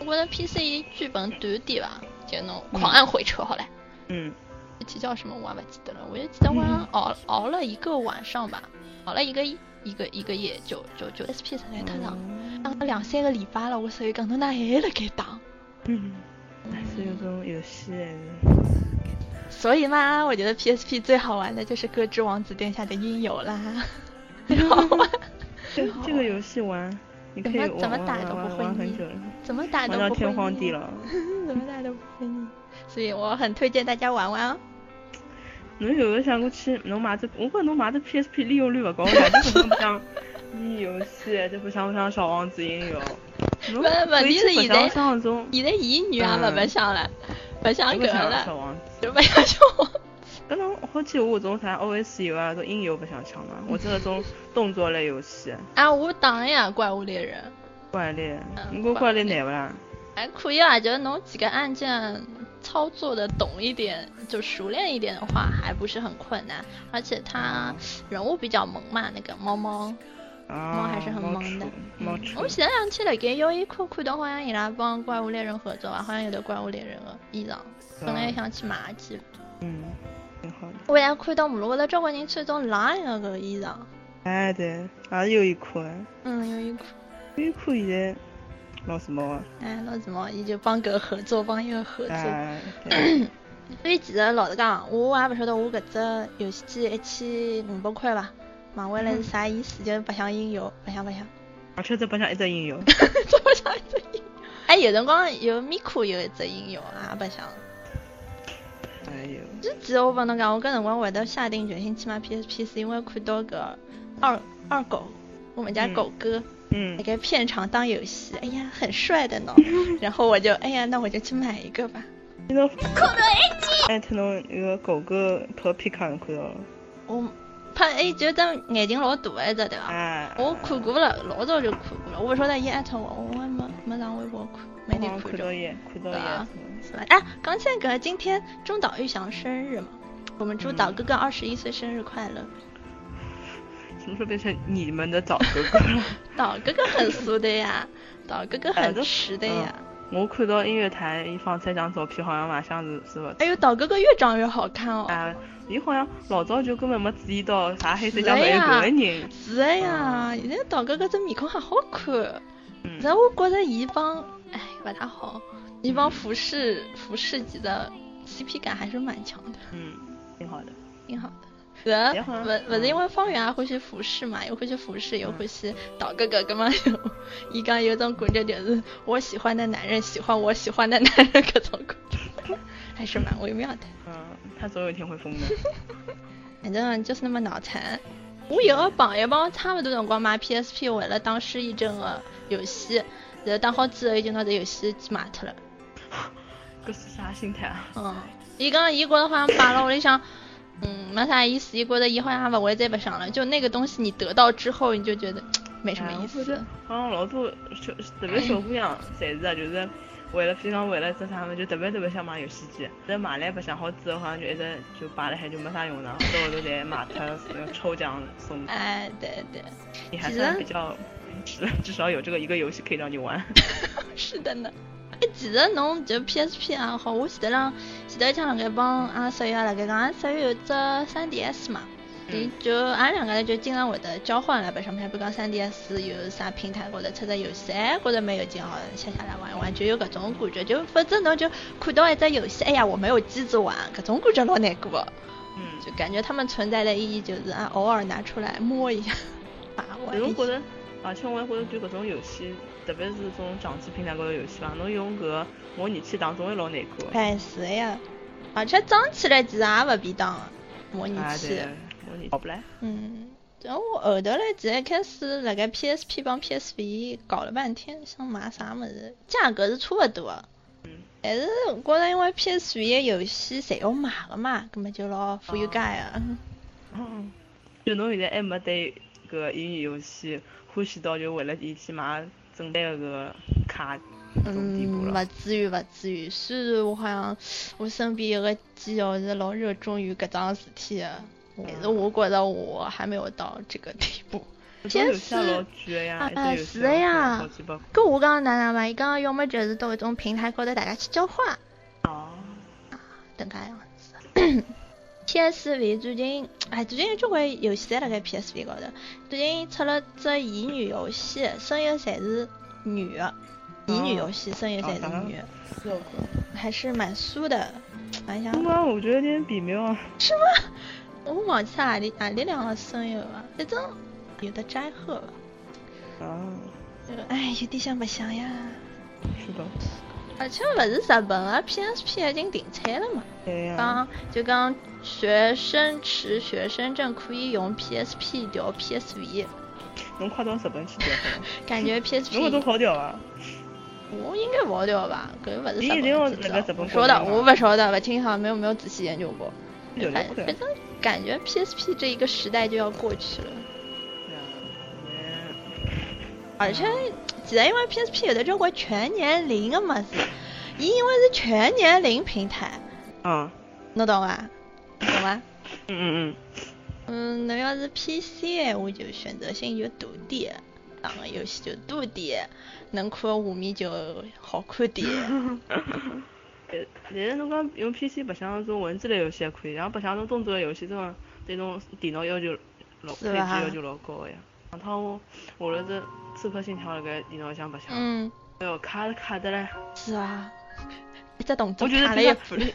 [SPEAKER 1] 我觉着 PC 伊剧本短点吧，就那种狂按回车好了。
[SPEAKER 2] 嗯，
[SPEAKER 1] 具体叫什么我也不记得了，我就记得我好像熬熬了一个晚上吧，熬了一个一个一个夜，就就就 SP 才来特
[SPEAKER 2] 哦
[SPEAKER 1] 上，打了两三个礼拜了，我所以讲侬哪还辣盖打？
[SPEAKER 2] 嗯，还是有种游戏还是
[SPEAKER 1] 所以嘛，我觉得 PSP 最好玩的就是《歌之王子殿下》的音游 啦，最好玩，
[SPEAKER 2] 这这个游戏玩，你可以
[SPEAKER 1] 怎么怎
[SPEAKER 2] 玩
[SPEAKER 1] 么打
[SPEAKER 2] 玩
[SPEAKER 1] 都不
[SPEAKER 2] 玩
[SPEAKER 1] 会
[SPEAKER 2] 玩
[SPEAKER 1] 腻
[SPEAKER 2] 很久了，
[SPEAKER 1] 怎么打都
[SPEAKER 2] 玩到
[SPEAKER 1] 不会
[SPEAKER 2] 天荒地
[SPEAKER 1] 腻，
[SPEAKER 2] 老。
[SPEAKER 1] 怎么打都不会腻，所以我很推荐大家玩玩哦。
[SPEAKER 2] 侬有没有想过去？侬买只，我觉着侬买只 PSP 利用率勿高呀，你不能像你游戏，就不像不像小王子音游。
[SPEAKER 1] 不
[SPEAKER 2] 侬
[SPEAKER 1] 问
[SPEAKER 2] 可以
[SPEAKER 1] 题是
[SPEAKER 2] 去
[SPEAKER 1] 现
[SPEAKER 2] 白相
[SPEAKER 1] 在
[SPEAKER 2] 上种，
[SPEAKER 1] 现在乙女啊也勿
[SPEAKER 2] 嗯
[SPEAKER 1] 白相了，白相
[SPEAKER 2] 就
[SPEAKER 1] 搿
[SPEAKER 2] 不
[SPEAKER 1] 个
[SPEAKER 2] 像小
[SPEAKER 1] 了，
[SPEAKER 2] 王子。
[SPEAKER 1] 就白相小王子。
[SPEAKER 2] 搿侬好奇我搿种啥 OS 游啊，搿种音游不想抢 嘛？我只搿种动作类游戏，
[SPEAKER 1] 啊，我打了呀，怪物猎人。
[SPEAKER 2] 怪猎，
[SPEAKER 1] 嗯
[SPEAKER 2] 你觉怪猎
[SPEAKER 1] 怪
[SPEAKER 2] 难勿啦？
[SPEAKER 1] 还可以啊啦，就是侬几个按键操作的懂一点，就熟练一点的话，还不是很困难。而且它人物比较萌嘛，那个猫猫，
[SPEAKER 2] 啊，
[SPEAKER 1] 还是很
[SPEAKER 2] 猫
[SPEAKER 1] 萌的
[SPEAKER 2] 厨猫
[SPEAKER 1] 嗯
[SPEAKER 2] 厨
[SPEAKER 1] 我前两天辣盖优衣库看到好像伊拉帮怪物猎人合作吧，好像有的怪物猎人的衣裳，本来想去买去，
[SPEAKER 2] 嗯，挺好的。
[SPEAKER 1] 我也看到马路高头交关人穿种 Lion 的搿个衣裳，
[SPEAKER 2] 哎，对，也是优衣库哎，
[SPEAKER 1] 嗯，优衣库。
[SPEAKER 2] 优衣库现在老时髦啊，
[SPEAKER 1] 哎，老子嘛，伊就帮搿个合作，帮一个合作，
[SPEAKER 2] 哎，对
[SPEAKER 1] 所以其实老实讲，我也勿晓得我搿只游戏机一千五百块吧，买回来是啥意思？就是白相音游，白相白相。
[SPEAKER 2] 而且只白相一只音 乐，
[SPEAKER 1] 这白相一只音。哎，有辰光有咪库有一只音乐也白相。
[SPEAKER 2] 哎呦，
[SPEAKER 1] 之前我帮侬讲，我搿辰光会得下定决心去买 PSP，是因为看到搿二二狗，我们家狗哥。
[SPEAKER 2] 嗯
[SPEAKER 1] 那，个片场当游戏，哎呀，很帅的 呢。然后我就，哎呀，那我就去买一个吧。
[SPEAKER 2] 你能哎，他侬那个狗狗投皮卡侬看到了？
[SPEAKER 1] 我怕哎，觉得眼睛老大一只对伐？
[SPEAKER 2] 哎，
[SPEAKER 1] 我看过了，老早就看过了。我不晓得伊艾特我，我还没没上微博看，没
[SPEAKER 2] 好
[SPEAKER 1] 得
[SPEAKER 2] 像
[SPEAKER 1] 看
[SPEAKER 2] 看到
[SPEAKER 1] 着。
[SPEAKER 2] 伊，看到
[SPEAKER 1] 对啊
[SPEAKER 2] 伊，
[SPEAKER 1] 是吧？哎，刚才个今天中岛裕翔生日嘛，我们祝岛哥哥二十一岁生日快乐。
[SPEAKER 2] 什么时候变成你们的找狗 狗了？
[SPEAKER 1] 岛哥哥很俗的呀，
[SPEAKER 2] 嗯
[SPEAKER 1] 岛哥哥很实的呀。
[SPEAKER 2] 我看到音乐台伊放出一张照片，好像卖相是是勿
[SPEAKER 1] 哎呦，岛哥哥越长越好看哦。
[SPEAKER 2] 嗯哎，伊好像老早就根本没注意到啥黑色
[SPEAKER 1] 是
[SPEAKER 2] 相头有搿
[SPEAKER 1] 呀
[SPEAKER 2] 个人。
[SPEAKER 1] 是啊的呀，现在岛哥哥这面孔还好看。
[SPEAKER 2] 嗯，
[SPEAKER 1] 但我觉着伊帮，哎，不大好，伊帮服饰服饰级的 CP 感还是蛮强的，
[SPEAKER 2] 嗯，挺好的。
[SPEAKER 1] 挺好的。人
[SPEAKER 2] 也好
[SPEAKER 1] 啊不不是因为方圆也啊欢喜服饰嘛，又欢喜服饰，又
[SPEAKER 2] 嗯
[SPEAKER 1] 欢喜岛哥哥，葛么就，伊讲有种感觉就是我喜欢的男人喜欢我喜欢的男人， 搿种感觉，还是蛮微妙的。
[SPEAKER 2] 嗯，他总有一天 会疯的。
[SPEAKER 1] 反正就是那么脑残。我有个朋友帮我差不多辰光买 PSP，为了打失忆症的游戏，然后打好之后，伊就拿这游戏机卖脱了。
[SPEAKER 2] 搿是啥心态啊？
[SPEAKER 1] 嗯，伊讲伊觉得好像摆了屋里向，嗯，没啥意思。伊觉得伊好像也勿会再白相了。就那个东西，你得到之后，你就觉得嘖没什么
[SPEAKER 2] 哎
[SPEAKER 1] 意
[SPEAKER 2] 我觉
[SPEAKER 1] 思。
[SPEAKER 2] 得好像老多小，特别小姑娘侪是啊，就是为了非常为了这啥么，就特别特别想买游戏机，但买来白相好之后，好像就一直就摆辣海就没啥用场，到后头侪卖脱，要抽奖送。
[SPEAKER 1] 哎，对对，
[SPEAKER 2] 你还
[SPEAKER 1] 其
[SPEAKER 2] 算
[SPEAKER 1] 实
[SPEAKER 2] 比较，至至少有这个一个游戏可以让你玩。
[SPEAKER 1] 是的呢。哎，其实侬就 PSP 也啊好，我前头浪前头一天辣盖帮啊阿拉室友也辣盖讲，阿拉室友有只 3DS 嘛，伊
[SPEAKER 2] 嗯
[SPEAKER 1] 就俺两个人就经常会得交换来白相，比如讲 3DS 有啥平台或者出只游戏，哎，觉着蛮有劲哦，下下来玩一玩，就有搿种感觉，就否则侬就看到一只游戏，哎呀，我没有机子玩，搿种感觉老难过的，
[SPEAKER 2] 嗯，
[SPEAKER 1] 就感觉它们存在的意义就是啊，偶尔拿出来摸一下，把玩
[SPEAKER 2] 但我
[SPEAKER 1] 一
[SPEAKER 2] 觉
[SPEAKER 1] 下。
[SPEAKER 2] 得，而且我还觉得对搿种游戏，特别是这种掌机平台高头游戏伐，侬用搿个模拟器打总会老难过。
[SPEAKER 1] 哎，是的呀，而且装起来其实也勿便当，模拟
[SPEAKER 2] 啊，
[SPEAKER 1] 器。
[SPEAKER 2] 对，模拟好不来。
[SPEAKER 1] 嗯，然后我后头嘞，其实开始辣盖 PSP 帮 PSV 搞了半天，想买啥物事，价格是差勿多的。
[SPEAKER 2] 嗯
[SPEAKER 1] 但是我觉着因为 PSV 的游戏侪要买个嘛，葛么就老富有感啊
[SPEAKER 2] 啊
[SPEAKER 1] 个。
[SPEAKER 2] 嗯， 就侬现在还没对搿个英语游戏欢喜到就为了伊去买整台的搿个卡搿种地步
[SPEAKER 1] 嗯，
[SPEAKER 2] 了。
[SPEAKER 1] 勿至于，勿至于。虽然我好像我身边有个基友是老热衷于搿桩事体的，但
[SPEAKER 2] 嗯
[SPEAKER 1] 是我觉着我还没有到这个地步。
[SPEAKER 2] 搿种游戏也老贵的呀，一
[SPEAKER 1] 啊
[SPEAKER 2] 只游
[SPEAKER 1] 是
[SPEAKER 2] 戏
[SPEAKER 1] 的
[SPEAKER 2] 也
[SPEAKER 1] 呀
[SPEAKER 2] 好几百块。
[SPEAKER 1] 搿我讲哪能嘛？伊讲要么就是到搿种平台高头大家去交换，
[SPEAKER 2] 哦，
[SPEAKER 1] 等介样子。PSV 最近，哎，最近有交关游戏侪辣盖 PSV 高头。最近出了只乙女游戏，声优侪是女的。乙女游戏声优侪是女的，
[SPEAKER 2] 是的
[SPEAKER 1] 还是蛮酥的，蛮像
[SPEAKER 2] 我。讲我觉得有点微妙。
[SPEAKER 1] 我忘记他哪里哪里两个声优了，反正有的斋贺吧。
[SPEAKER 2] 啊，
[SPEAKER 1] 就哎，有点想白相呀。
[SPEAKER 2] 是的。
[SPEAKER 1] 而且勿是日本啊 PSP 已经停产了嘛。
[SPEAKER 2] 对呀。
[SPEAKER 1] 刚就刚学生持学生证可以用 PSP 调 PSV，
[SPEAKER 2] 侬快到日本去结婚，
[SPEAKER 1] 感
[SPEAKER 2] 嗯
[SPEAKER 1] 觉
[SPEAKER 2] 侬搿种
[SPEAKER 1] PSP
[SPEAKER 2] 好啊屌伐？
[SPEAKER 1] 我应该勿好调吧？搿勿是
[SPEAKER 2] 你
[SPEAKER 1] 日
[SPEAKER 2] 一定要
[SPEAKER 1] 本
[SPEAKER 2] 那个
[SPEAKER 1] 制
[SPEAKER 2] 日
[SPEAKER 1] 造，
[SPEAKER 2] 本
[SPEAKER 1] 不晓
[SPEAKER 2] 国内
[SPEAKER 1] 得，
[SPEAKER 2] 吗
[SPEAKER 1] 我勿晓得，勿清爽，没有没有仔细研究过。
[SPEAKER 2] 有
[SPEAKER 1] 反
[SPEAKER 2] 点
[SPEAKER 1] 反
[SPEAKER 2] 贵。
[SPEAKER 1] 正感觉 PSP 这一个时代就要过去了，
[SPEAKER 2] 嗯
[SPEAKER 1] 而且其实因为 PSP 有的交关全年龄的么子，伊因为是全年龄平台，
[SPEAKER 2] 啊，
[SPEAKER 1] 侬懂伐？懂伐？
[SPEAKER 2] 嗯嗯
[SPEAKER 1] 嗯，侬要是 PC 的话，就选择性就大点，打个游戏就多点，能看的画面就好看 点。
[SPEAKER 2] 嗯。但是侬讲用 PC 白相种文字类游戏也可以，然后白相种动作类游戏，这种对侬电脑要求老，
[SPEAKER 1] 是
[SPEAKER 2] 配置
[SPEAKER 1] 吧
[SPEAKER 2] 要求老高个呀。上趟我我了只《刺客信条》辣盖电脑里向白相，
[SPEAKER 1] 嗯，
[SPEAKER 2] 哎哟卡是卡的嘞，
[SPEAKER 1] 是啊，一只动
[SPEAKER 2] 我
[SPEAKER 1] 作
[SPEAKER 2] 觉
[SPEAKER 1] 卡
[SPEAKER 2] 得
[SPEAKER 1] 了一
[SPEAKER 2] 就
[SPEAKER 1] 半了。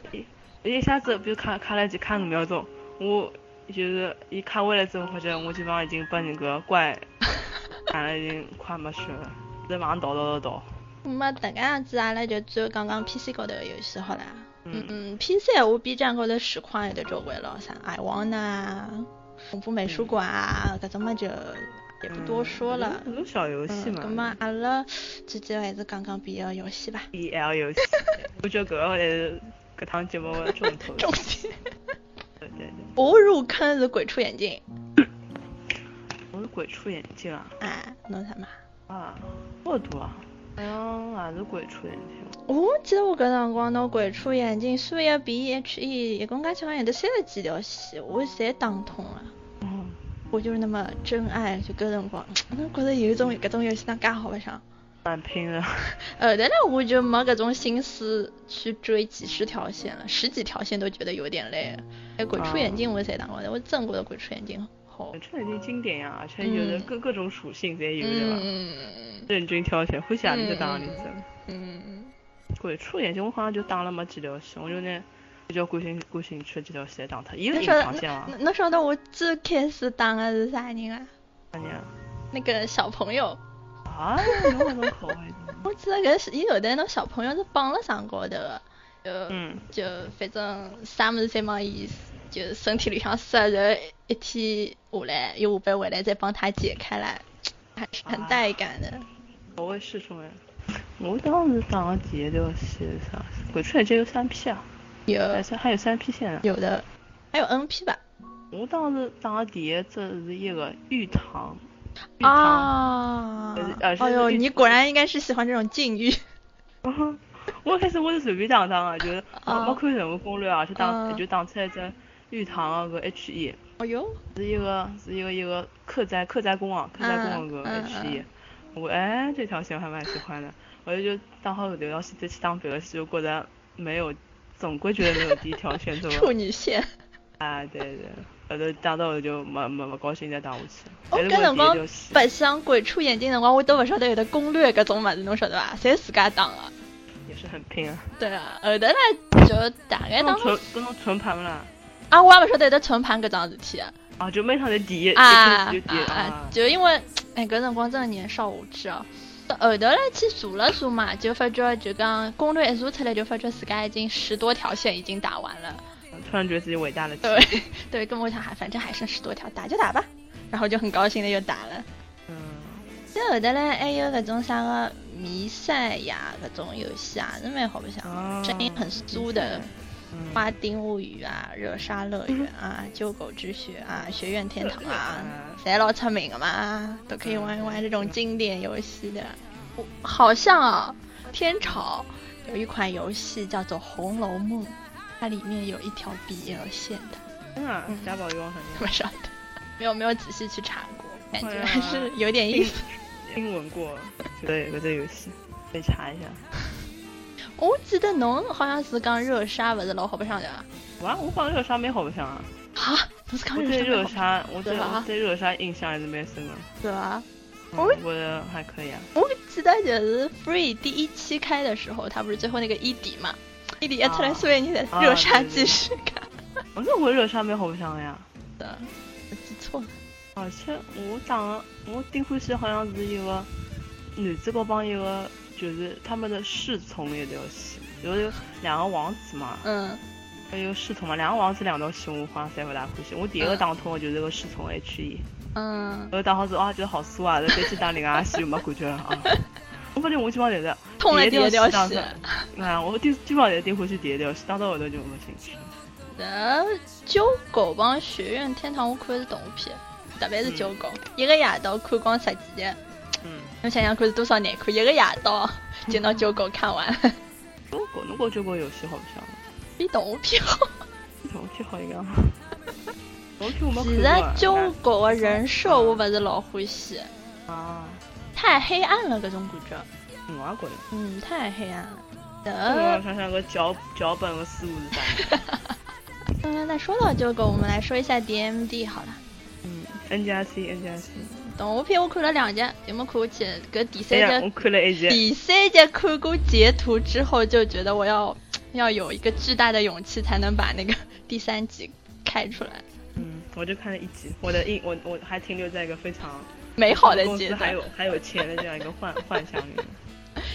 [SPEAKER 2] 一一下子比如卡卡了几卡五秒钟， 我就是一卡完了之后，发觉我基本上已经把那个怪。看了已经快没血了，在网上倒倒倒倒。
[SPEAKER 1] 没啊迭个样子，阿拉就只有讲讲 PC 高头个游戏好啦。嗯
[SPEAKER 2] 嗯，
[SPEAKER 1] 嗯，PC 闲话 B 站高头实况有得交关咯，啥 I Wanna 啊、恐怖美术馆啊，搿种嘛就也不多说了。
[SPEAKER 2] 嗯嗯都是小游戏
[SPEAKER 1] 嗯，
[SPEAKER 2] 嘛。
[SPEAKER 1] 葛末阿拉直接还是讲讲 BL 游戏吧。
[SPEAKER 2] B，E L 游戏，我觉得搿个才是搿趟节目的重头。
[SPEAKER 1] 重点，
[SPEAKER 2] 对对 对，
[SPEAKER 1] 我入坑是鬼畜眼镜。
[SPEAKER 2] 我是鬼畜眼镜啊
[SPEAKER 1] 啊，侬啥嘛？
[SPEAKER 2] 啊，好多啊，好像也是鬼畜眼镜。
[SPEAKER 1] 我记得我搿辰光拿鬼畜眼镜输液 B H E，一共加起来有得三十几条线，我侪打通了。
[SPEAKER 2] 嗯，
[SPEAKER 1] 啊我就是那么真爱，就搿辰光，我觉着有一种搿种游戏哪介好白相。
[SPEAKER 2] 蛮拼的。
[SPEAKER 1] 后头呢，我就没搿种心思去追几十条线了，十几条线都觉得有点累了。哎，鬼畜眼镜我侪打过的，我真觉得鬼畜眼镜好
[SPEAKER 2] 鬼。畜眼镜经典呀、而且有的
[SPEAKER 1] 嗯
[SPEAKER 2] 各各种属性侪有对伐？
[SPEAKER 1] 嗯
[SPEAKER 2] 任君挑选，欢喜何里只打何里只。
[SPEAKER 1] 嗯，
[SPEAKER 2] 鬼畜眼镜我好像就打了没几条线，我就拿比较感兴感兴趣的几条线打脱，伊个
[SPEAKER 1] 侬
[SPEAKER 2] 隐
[SPEAKER 1] 晓得
[SPEAKER 2] 藏线
[SPEAKER 1] 侬
[SPEAKER 2] 啊，
[SPEAKER 1] 侬侬晓得我最开始打的是啥人啊？
[SPEAKER 2] 啥人啊？
[SPEAKER 1] 那个小朋友，
[SPEAKER 2] 啊，侬搿种口味。
[SPEAKER 1] 我记得搿是伊后头那小朋友是绑了上高头的，就。
[SPEAKER 2] 嗯，
[SPEAKER 1] 就反正啥物事侪帮伊，就身体里向塞，然后一天下来，一下班回来再帮他解开来，还是很带感的。
[SPEAKER 2] 口味适中哎。我当时打的第一条线是啥？鬼畜眼镜有三 P 啊，
[SPEAKER 1] 有
[SPEAKER 2] 而且还有三 P 线呢。啊
[SPEAKER 1] 有的，还有 NP 吧？
[SPEAKER 2] 我当时打的第一只是一个玉堂，玉堂。
[SPEAKER 1] 啊
[SPEAKER 2] 呃是
[SPEAKER 1] 哎呦，
[SPEAKER 2] 是
[SPEAKER 1] 你果然应该是喜欢这种禁 欲。
[SPEAKER 2] 我一开始我是随便打打的，就是没
[SPEAKER 1] 啊
[SPEAKER 2] 没看任何攻略啊，就打
[SPEAKER 1] 嗯
[SPEAKER 2] 就打出来一只玉堂啊的个 HE。
[SPEAKER 1] 哎呦，
[SPEAKER 2] 是一个是一个一个客栈客栈工啊，客栈工啊个
[SPEAKER 1] 嗯
[SPEAKER 2] H
[SPEAKER 1] 嗯
[SPEAKER 2] E，我哎这条线我还蛮喜欢的，我就就当好流浪戏再去当别的戏，就觉得没有，总归觉得没有第一条线这
[SPEAKER 1] 处
[SPEAKER 2] 么
[SPEAKER 1] 女线。
[SPEAKER 2] 啊对对，后头打到我就没没没高兴再打下去，
[SPEAKER 1] 我
[SPEAKER 2] 还是
[SPEAKER 1] 搿辰
[SPEAKER 2] 我
[SPEAKER 1] 光
[SPEAKER 2] 第一条线，
[SPEAKER 1] 白相鬼畜眼镜辰光，我都勿晓得有得攻略搿种物事，侬晓得伐？侪自家打个。
[SPEAKER 2] 也是很拼啊，
[SPEAKER 1] 对啊，后头呢就大概
[SPEAKER 2] 不
[SPEAKER 1] 当
[SPEAKER 2] 能存不能存盘啦，
[SPEAKER 1] 啊，我也勿晓得有得存盘搿桩事体 啊。
[SPEAKER 2] 啊就每场的第一，一
[SPEAKER 1] 啊
[SPEAKER 2] 开始就第一啊，
[SPEAKER 1] 就因为哎，搿辰光真的年少无知哦。后头来去查了查嘛，就发觉就讲攻略一查出来，就发觉自家已经十多条线已经打完了。
[SPEAKER 2] 突然觉得自己伟大了起来，
[SPEAKER 1] 对对，跟我想还反正还剩十多条，打就打吧。然后就很高兴的又打了。
[SPEAKER 2] 嗯，
[SPEAKER 1] 再后头嘞，还有搿种啥个弥赛亚搿种游戏啊，是蛮好白相的，
[SPEAKER 2] 啊
[SPEAKER 1] 声音很酥的。
[SPEAKER 2] 嗯
[SPEAKER 1] 《花丁物语》啊，《热沙乐园》啊，《救狗之血》啊，《学院天堂》啊， 侪老出名的嘛，都可以玩一
[SPEAKER 2] 嗯
[SPEAKER 1] 玩这种经典游戏的。我好像啊，天朝有一款游戏叫做《红楼梦》，它里面有一条 BL 线的，
[SPEAKER 2] 真的贾宝玉王肯
[SPEAKER 1] 你
[SPEAKER 2] 定
[SPEAKER 1] 们晓得？没有没有仔细去查过，感
[SPEAKER 2] 会
[SPEAKER 1] 觉
[SPEAKER 2] 啊
[SPEAKER 1] 还是有点意思。
[SPEAKER 2] 听闻过，觉得有个这游戏，可以查一下。
[SPEAKER 1] 我哦记得侬好像是讲热沙，不是老好白相的伐？
[SPEAKER 2] 哇，我好像热沙没好白相啊！
[SPEAKER 1] 啊，侬是讲
[SPEAKER 2] 我对
[SPEAKER 1] 热
[SPEAKER 2] 热
[SPEAKER 1] 沙
[SPEAKER 2] 沙，我对
[SPEAKER 1] 对吧哦
[SPEAKER 2] 我对热沙印象还是蛮深的。
[SPEAKER 1] 对伐？
[SPEAKER 2] 嗯
[SPEAKER 1] 我
[SPEAKER 2] 我觉得还可以啊。
[SPEAKER 1] 我记得就是 Free 第一期开的时候，它不是最后那个一底嘛，一底一出来，
[SPEAKER 2] 啊
[SPEAKER 1] 所以你得
[SPEAKER 2] 啊
[SPEAKER 1] 热杀
[SPEAKER 2] 对对
[SPEAKER 1] 继续看
[SPEAKER 2] 我那我热沙没好白相的呀，
[SPEAKER 1] 的，我记错了。
[SPEAKER 2] 而且我打的我顶欢喜好像是一个男主角帮一个就是他们的侍从一条线，就是有两个王子嘛，
[SPEAKER 1] 嗯，
[SPEAKER 2] 还有侍从嘛，两个王子两条线我好像侪不大欢喜。我第一个
[SPEAKER 1] 嗯
[SPEAKER 2] 打通的就是个侍从 H E。
[SPEAKER 1] 嗯，
[SPEAKER 2] 我打好之后啊，觉得好酥啊，然后再去打另外一戏就没感觉 了啊。我发现我基本上就是
[SPEAKER 1] 痛了
[SPEAKER 2] 第一条
[SPEAKER 1] 条
[SPEAKER 2] 线
[SPEAKER 1] 血。
[SPEAKER 2] 啊，我第基本上也定回去第一条线，打到后头就没兴趣。
[SPEAKER 1] 然后九狗帮学院嗯天堂，我看的是动画片，特别是九狗，一个夜到看光十几集，
[SPEAKER 2] 嗯，
[SPEAKER 1] 侬想想看是多少难看，一个夜到就拿九狗看完，
[SPEAKER 2] 中国中国这个游戏好不像，
[SPEAKER 1] 比动画片好。
[SPEAKER 2] 动画片好一样。动画片我没看
[SPEAKER 1] 其
[SPEAKER 2] 过
[SPEAKER 1] 实
[SPEAKER 2] 啊。
[SPEAKER 1] 九狗的人设我不是老欢喜，
[SPEAKER 2] 啊，
[SPEAKER 1] 太黑暗了，搿种感觉。
[SPEAKER 2] 我也觉得。
[SPEAKER 1] 嗯，太黑暗了。
[SPEAKER 2] 我
[SPEAKER 1] 得，
[SPEAKER 2] 想想个脚脚本的思路是啥？
[SPEAKER 1] 嗯，那说到这个，我们来说一下 DMD 好了。
[SPEAKER 2] 嗯，N 加 C N 加 C。
[SPEAKER 1] 动画片我看了两集，有没有看过去？搿第
[SPEAKER 2] 哎
[SPEAKER 1] 三
[SPEAKER 2] 呀，我
[SPEAKER 1] 集，
[SPEAKER 2] 看了一集。
[SPEAKER 1] 第三集看过截图之后，就觉得我要 要有一个巨大的勇气，才能把那个第三集开出来。
[SPEAKER 2] 嗯，我就看了一集，我的印我我还停留在一个非常
[SPEAKER 1] 美好的
[SPEAKER 2] 公司
[SPEAKER 1] 阶
[SPEAKER 2] 还
[SPEAKER 1] 段。
[SPEAKER 2] 有还有钱的这样一个幻幻想里面。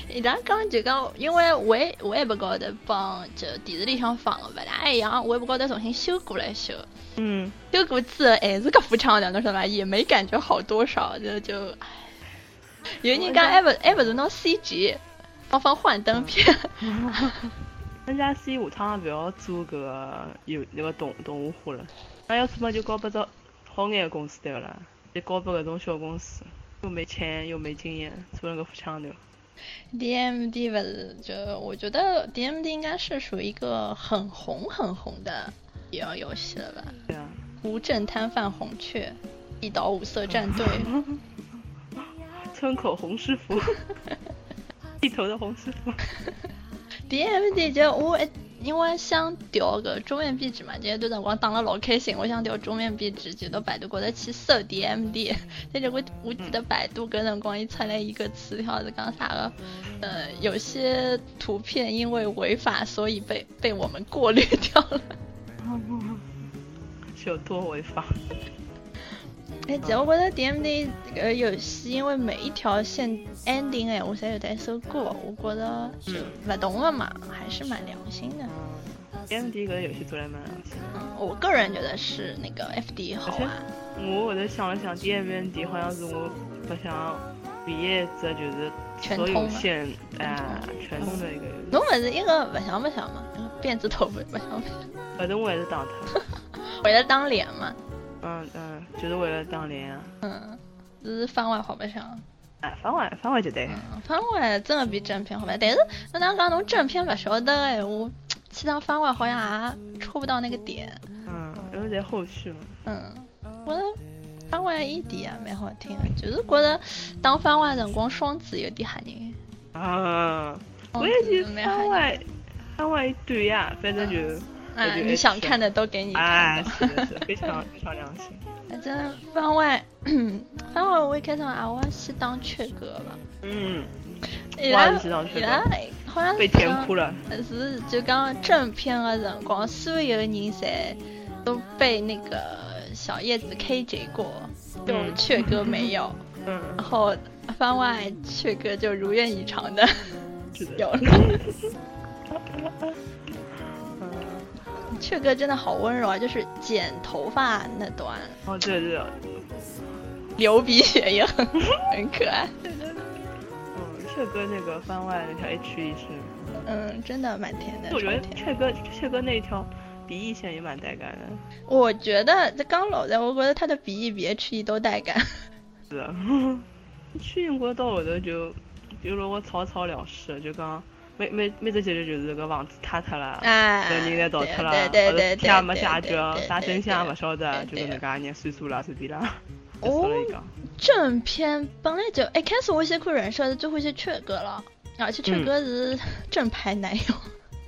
[SPEAKER 1] 伊拉讲就讲，因为我也我也不高头帮就电视里向放的勿大一样，哎我也不高头重新修过了一修，
[SPEAKER 2] 嗯，
[SPEAKER 1] 修过之后还是搿副腔调，侬晓得伐？也没感觉好多少，就就，唉有人讲还勿还勿是拿 CG 放放幻灯片，
[SPEAKER 2] 人家建议下趟不要做搿个有那个动动画化了，那要做嘛就交拨只好眼的公司对勿啦？就交拨搿种小公司，又没钱又没经验，做了个副腔头。
[SPEAKER 1] DMD 不是，就我觉得 DMD 应该是属于一个很红很红的乙游游戏了吧？
[SPEAKER 2] 对啊，
[SPEAKER 1] 无证摊贩红雀，一岛五色战队，
[SPEAKER 2] 村口红师傅，剃头的红师傅。
[SPEAKER 1] DMD 就我一因为想调个桌面壁纸嘛，这一段辰光打了老开心，我想调桌面壁纸，就到百度高头去搜 DMD，但是我我记得百度搿辰光伊出来一个词条是讲啥个，呃，有些图片因为违法，所以被被我们过滤掉了。
[SPEAKER 2] 是有多违法？
[SPEAKER 1] 哎，只要我觉得 DMD 这个游戏，呃因为每一条线 ending 哎，我侪有在首歌，我觉得就勿同的嘛，还是蛮良心的。
[SPEAKER 2] m d 搿个游戏做来蛮良心。
[SPEAKER 1] 嗯，我个人觉得是那个 FD 好玩。
[SPEAKER 2] 我后头想了想，DMD 好像是我白相唯一一只就是所有线啊全通的一个游戏。
[SPEAKER 1] 侬勿是一个勿想勿想嘛， 一个辫子头勿勿想 勿想，
[SPEAKER 2] 后头我还是打它，
[SPEAKER 1] 为了当脸嘛，
[SPEAKER 2] 嗯嗯，就是为了当脸啊。
[SPEAKER 1] 嗯，是番外好白相。
[SPEAKER 2] 哎，番外番外就对，
[SPEAKER 1] 嗯番外真的比正片好白，但是侬哪讲侬正片勿晓得的闲话，去当番外好像也戳不到那个点。
[SPEAKER 2] 嗯，因为在后续嘛。
[SPEAKER 1] 嗯，我觉得番外一点也蛮好听的，就是觉得当番外辰光双子有点吓嗯人。
[SPEAKER 2] 啊，我
[SPEAKER 1] 双
[SPEAKER 2] 也
[SPEAKER 1] 子
[SPEAKER 2] 是
[SPEAKER 1] 蛮吓
[SPEAKER 2] 番
[SPEAKER 1] 人。
[SPEAKER 2] 外番外一啊对呀，反正就
[SPEAKER 1] 哎，
[SPEAKER 2] 就
[SPEAKER 1] 你
[SPEAKER 2] 一
[SPEAKER 1] 想
[SPEAKER 2] 直
[SPEAKER 1] 看的都给你看
[SPEAKER 2] 哎
[SPEAKER 1] 到。
[SPEAKER 2] 是的是的非常非常良 心。
[SPEAKER 1] 反正番外， 番外我一开始啊，我是当雀哥吧，
[SPEAKER 2] 嗯，
[SPEAKER 1] 伊
[SPEAKER 2] 我
[SPEAKER 1] 拉
[SPEAKER 2] 也是当雀
[SPEAKER 1] 伊
[SPEAKER 2] 哥
[SPEAKER 1] 拉好像
[SPEAKER 2] 被
[SPEAKER 1] 是
[SPEAKER 2] 甜
[SPEAKER 1] 讲
[SPEAKER 2] 哭了。
[SPEAKER 1] 是就讲正片的辰光，所有人侪都被那个小叶子 KJ 过，就
[SPEAKER 2] 嗯
[SPEAKER 1] 雀哥没有，
[SPEAKER 2] 嗯，
[SPEAKER 1] 然后番外雀哥就如愿以偿的
[SPEAKER 2] 是 的。
[SPEAKER 1] 有了。
[SPEAKER 2] 嗯。
[SPEAKER 1] 雀哥真的好温柔啊，就是剪头发那段，
[SPEAKER 2] 哦，对对，
[SPEAKER 1] 流鼻血 也很很可爱。
[SPEAKER 2] 嗯，雀哥那个番外那条 H E 是，
[SPEAKER 1] 嗯，真的蛮甜的，
[SPEAKER 2] 我觉得
[SPEAKER 1] 超甜
[SPEAKER 2] 雀哥雀哥那一条鼻翼线也蛮带感的，
[SPEAKER 1] 我觉得这刚老的，我觉得他的鼻翼比 H E 都带感。
[SPEAKER 2] 是的。去英国到后头就，比如说我草草了事，就讲每每每只节日就是搿房子塌塌了。
[SPEAKER 1] 哎，
[SPEAKER 2] 有人来逃脱了，
[SPEAKER 1] 对对
[SPEAKER 2] 或者
[SPEAKER 1] 对对，
[SPEAKER 2] 天也没解
[SPEAKER 1] 对
[SPEAKER 2] 决，啥真相也勿。晓得，就
[SPEAKER 1] 对
[SPEAKER 2] 搿
[SPEAKER 1] 对
[SPEAKER 2] 能介一眼算数啦，随便啦，结束了一个。
[SPEAKER 1] 正片本来就一哎开始我先看人设，最后先缺哥了，而且
[SPEAKER 2] 嗯
[SPEAKER 1] 缺哥是正牌 男友。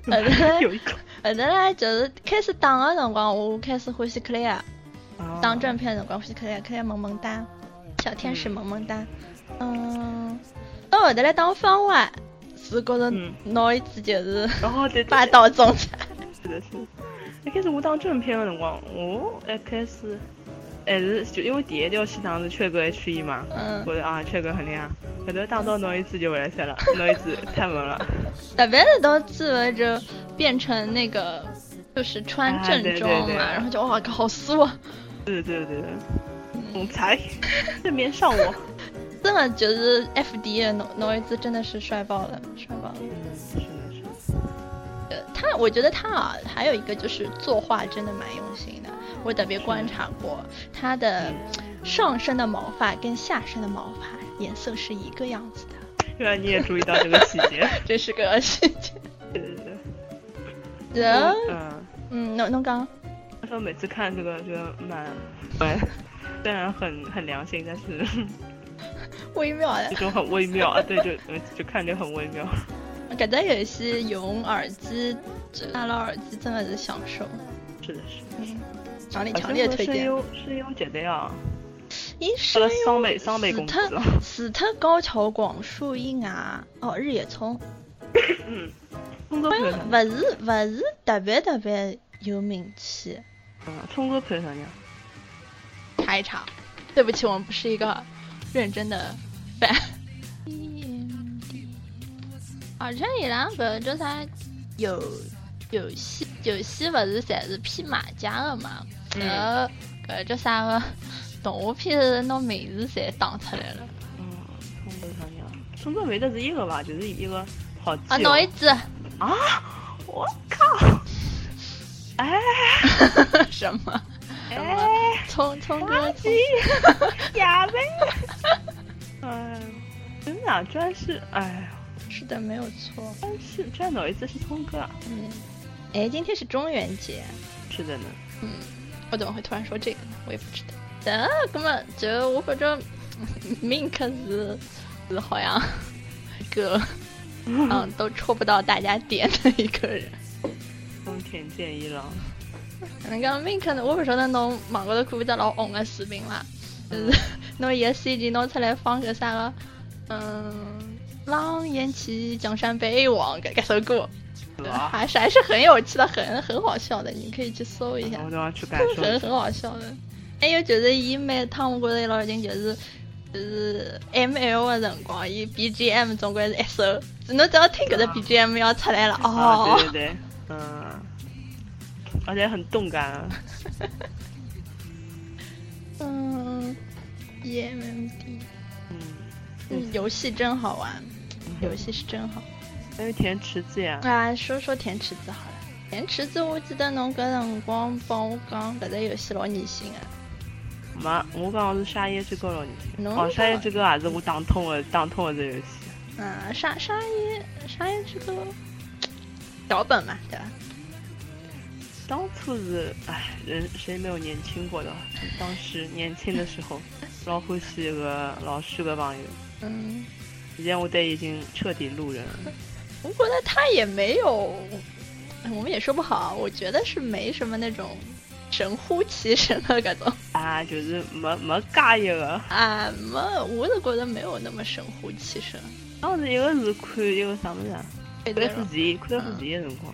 [SPEAKER 1] 后头嘞
[SPEAKER 2] 有一个
[SPEAKER 1] 后头嘞，就是开始打的辰光，我开始欢喜克莱尔；
[SPEAKER 2] 啊
[SPEAKER 1] 打正片的辰光欢喜克莱尔，克莱尔萌萌哒，小天使萌萌哒。嗯，到后头嘞打番外，是觉着
[SPEAKER 2] 嗯
[SPEAKER 1] 拿一只就是
[SPEAKER 2] 然后对对
[SPEAKER 1] 霸道总裁。
[SPEAKER 2] 是的，是的。一开始我当正片的辰光，我一开始还是就因为第一条线上是缺个 H E 嘛，
[SPEAKER 1] 嗯，
[SPEAKER 2] 觉着啊缺个很厉害，后头打到侬一次就勿来塞了，侬一次太猛了。
[SPEAKER 1] 特别是到最后就变成那个就是穿
[SPEAKER 2] 啊
[SPEAKER 1] 正
[SPEAKER 2] 对对
[SPEAKER 1] 装嘛，
[SPEAKER 2] 对
[SPEAKER 1] 然后就哇靠，好酥啊！
[SPEAKER 2] 对对对对，
[SPEAKER 1] 嗯
[SPEAKER 2] 总裁 正面上我，
[SPEAKER 1] 真的就是 FD 的诺诺伊兹真的是帅爆了，帅爆了。
[SPEAKER 2] 是的，是的。
[SPEAKER 1] 呃，他我觉得他啊，还有一个就是作画真的蛮用心的，我特别观察过他的上身的毛发跟下身的毛发颜色是一个样子的，
[SPEAKER 2] 原来你也注意到这个细 节。
[SPEAKER 1] 这是个细节。
[SPEAKER 2] 对对对。
[SPEAKER 1] 人，
[SPEAKER 2] 嗯，
[SPEAKER 1] 嗯，侬侬讲，
[SPEAKER 2] 他说每次看这个觉得蛮，蛮， 虽然很很良心，但是
[SPEAKER 1] 微妙的
[SPEAKER 2] 一。种很微妙 啊，对，就呃就看着很微妙。
[SPEAKER 1] 搿只游戏用耳机，就戴了耳机真的是享受，
[SPEAKER 2] 是的，是的。
[SPEAKER 1] 嗯，强烈
[SPEAKER 2] 好
[SPEAKER 1] 强
[SPEAKER 2] 像
[SPEAKER 1] 烈
[SPEAKER 2] 说
[SPEAKER 1] 推
[SPEAKER 2] 声
[SPEAKER 1] 荐。
[SPEAKER 2] 优声优绝对啊，
[SPEAKER 1] 咦，
[SPEAKER 2] 他
[SPEAKER 1] 声
[SPEAKER 2] 的
[SPEAKER 1] 优
[SPEAKER 2] 双倍双倍工资了。
[SPEAKER 1] 死特高桥广树一啊，哦，日野聪，
[SPEAKER 2] 聪哥
[SPEAKER 1] 好
[SPEAKER 2] 配
[SPEAKER 1] 像
[SPEAKER 2] 啥？
[SPEAKER 1] 勿是勿是特别特别有名气。
[SPEAKER 2] 嗯，聪哥配啥呢？
[SPEAKER 1] 查一查，对不起，我们不是一个认真的办。嗯而且伊拉搿叫啥游游戏游戏勿是侪是偏买家的嘛？搿搿叫啥个动画片是拿名字侪打出来了。
[SPEAKER 2] 嗯，我不晓得，中国没得是一个吧？就是一个好基
[SPEAKER 1] 啊，
[SPEAKER 2] 友
[SPEAKER 1] 脑一子，
[SPEAKER 2] 啊！我靠！哎
[SPEAKER 1] 什么？
[SPEAKER 2] 哎，
[SPEAKER 1] 聪聪
[SPEAKER 2] 垃
[SPEAKER 1] 哥，
[SPEAKER 2] 圾，哑巴！哎，真的、啊，居然是哎，
[SPEAKER 1] 是的，没有错。
[SPEAKER 2] 居然是居然脑一次是聪哥啊！
[SPEAKER 1] 嗯，哎，今天是中元节，
[SPEAKER 2] 是的呢，
[SPEAKER 1] 嗯，我怎么会突然说这个呢？我也不知道。呃，那么就我反正 Mink 是是好 像 个嗯都戳不到大家点的一个人。
[SPEAKER 2] 丰田健一郎，
[SPEAKER 1] 那个 Mink 呢，我不晓得侬网高头看不到老红的视频啦，
[SPEAKER 2] 嗯
[SPEAKER 1] 就是拿伊个 CD 拿出来放个啥个，嗯，《狼烟起江山北望》搿搿首歌，
[SPEAKER 2] 是
[SPEAKER 1] 对
[SPEAKER 2] 吧？
[SPEAKER 1] 还是还是很有趣的，很很好笑的，你可以去搜一下。
[SPEAKER 2] 我都要去感受
[SPEAKER 1] 很 很
[SPEAKER 2] 一下。
[SPEAKER 1] 好笑的。哎还有就是，伊每趟我觉着伊老已经就是就是 M L 的辰光，伊 B G M 总归是一首，侬只要听搿只
[SPEAKER 2] 啊
[SPEAKER 1] B G M 要出来了
[SPEAKER 2] 啊，
[SPEAKER 1] 哦
[SPEAKER 2] 对，对对，嗯，而且很动感啊。
[SPEAKER 1] 嗯，E M M D，
[SPEAKER 2] 嗯，
[SPEAKER 1] 嗯，游戏真好玩，游戏是真好。
[SPEAKER 2] 还有填池子呀，
[SPEAKER 1] 啊，说说甜池子好了，甜池子我记得侬搿辰光帮我讲搿只游戏老啊逆心个，
[SPEAKER 2] 妈，我刚刚是沙耶之歌了，你
[SPEAKER 1] 侬
[SPEAKER 2] 哦，沙耶
[SPEAKER 1] 讲
[SPEAKER 2] 之歌也是我打通了，打通了这游戏。
[SPEAKER 1] 嗯，沙沙耶沙耶这个脚本嘛，对吧？
[SPEAKER 2] 当初是，唉，人谁没有年轻过的？当时年轻的时候，老欢喜一个老师个朋友，
[SPEAKER 1] 嗯。
[SPEAKER 2] 现在我对已经彻底路人了。
[SPEAKER 1] 我觉得他也没有，哎我们也说不好，我觉得是没什么那种神乎其神的搿 种
[SPEAKER 2] 啊，就是没没介一个。
[SPEAKER 1] 啊，没，我是觉得没有那么神乎其神。
[SPEAKER 2] 当时一个是看一个啥物事啊？
[SPEAKER 1] 对
[SPEAKER 2] 看
[SPEAKER 1] 的
[SPEAKER 2] 副集，看副集的辰光。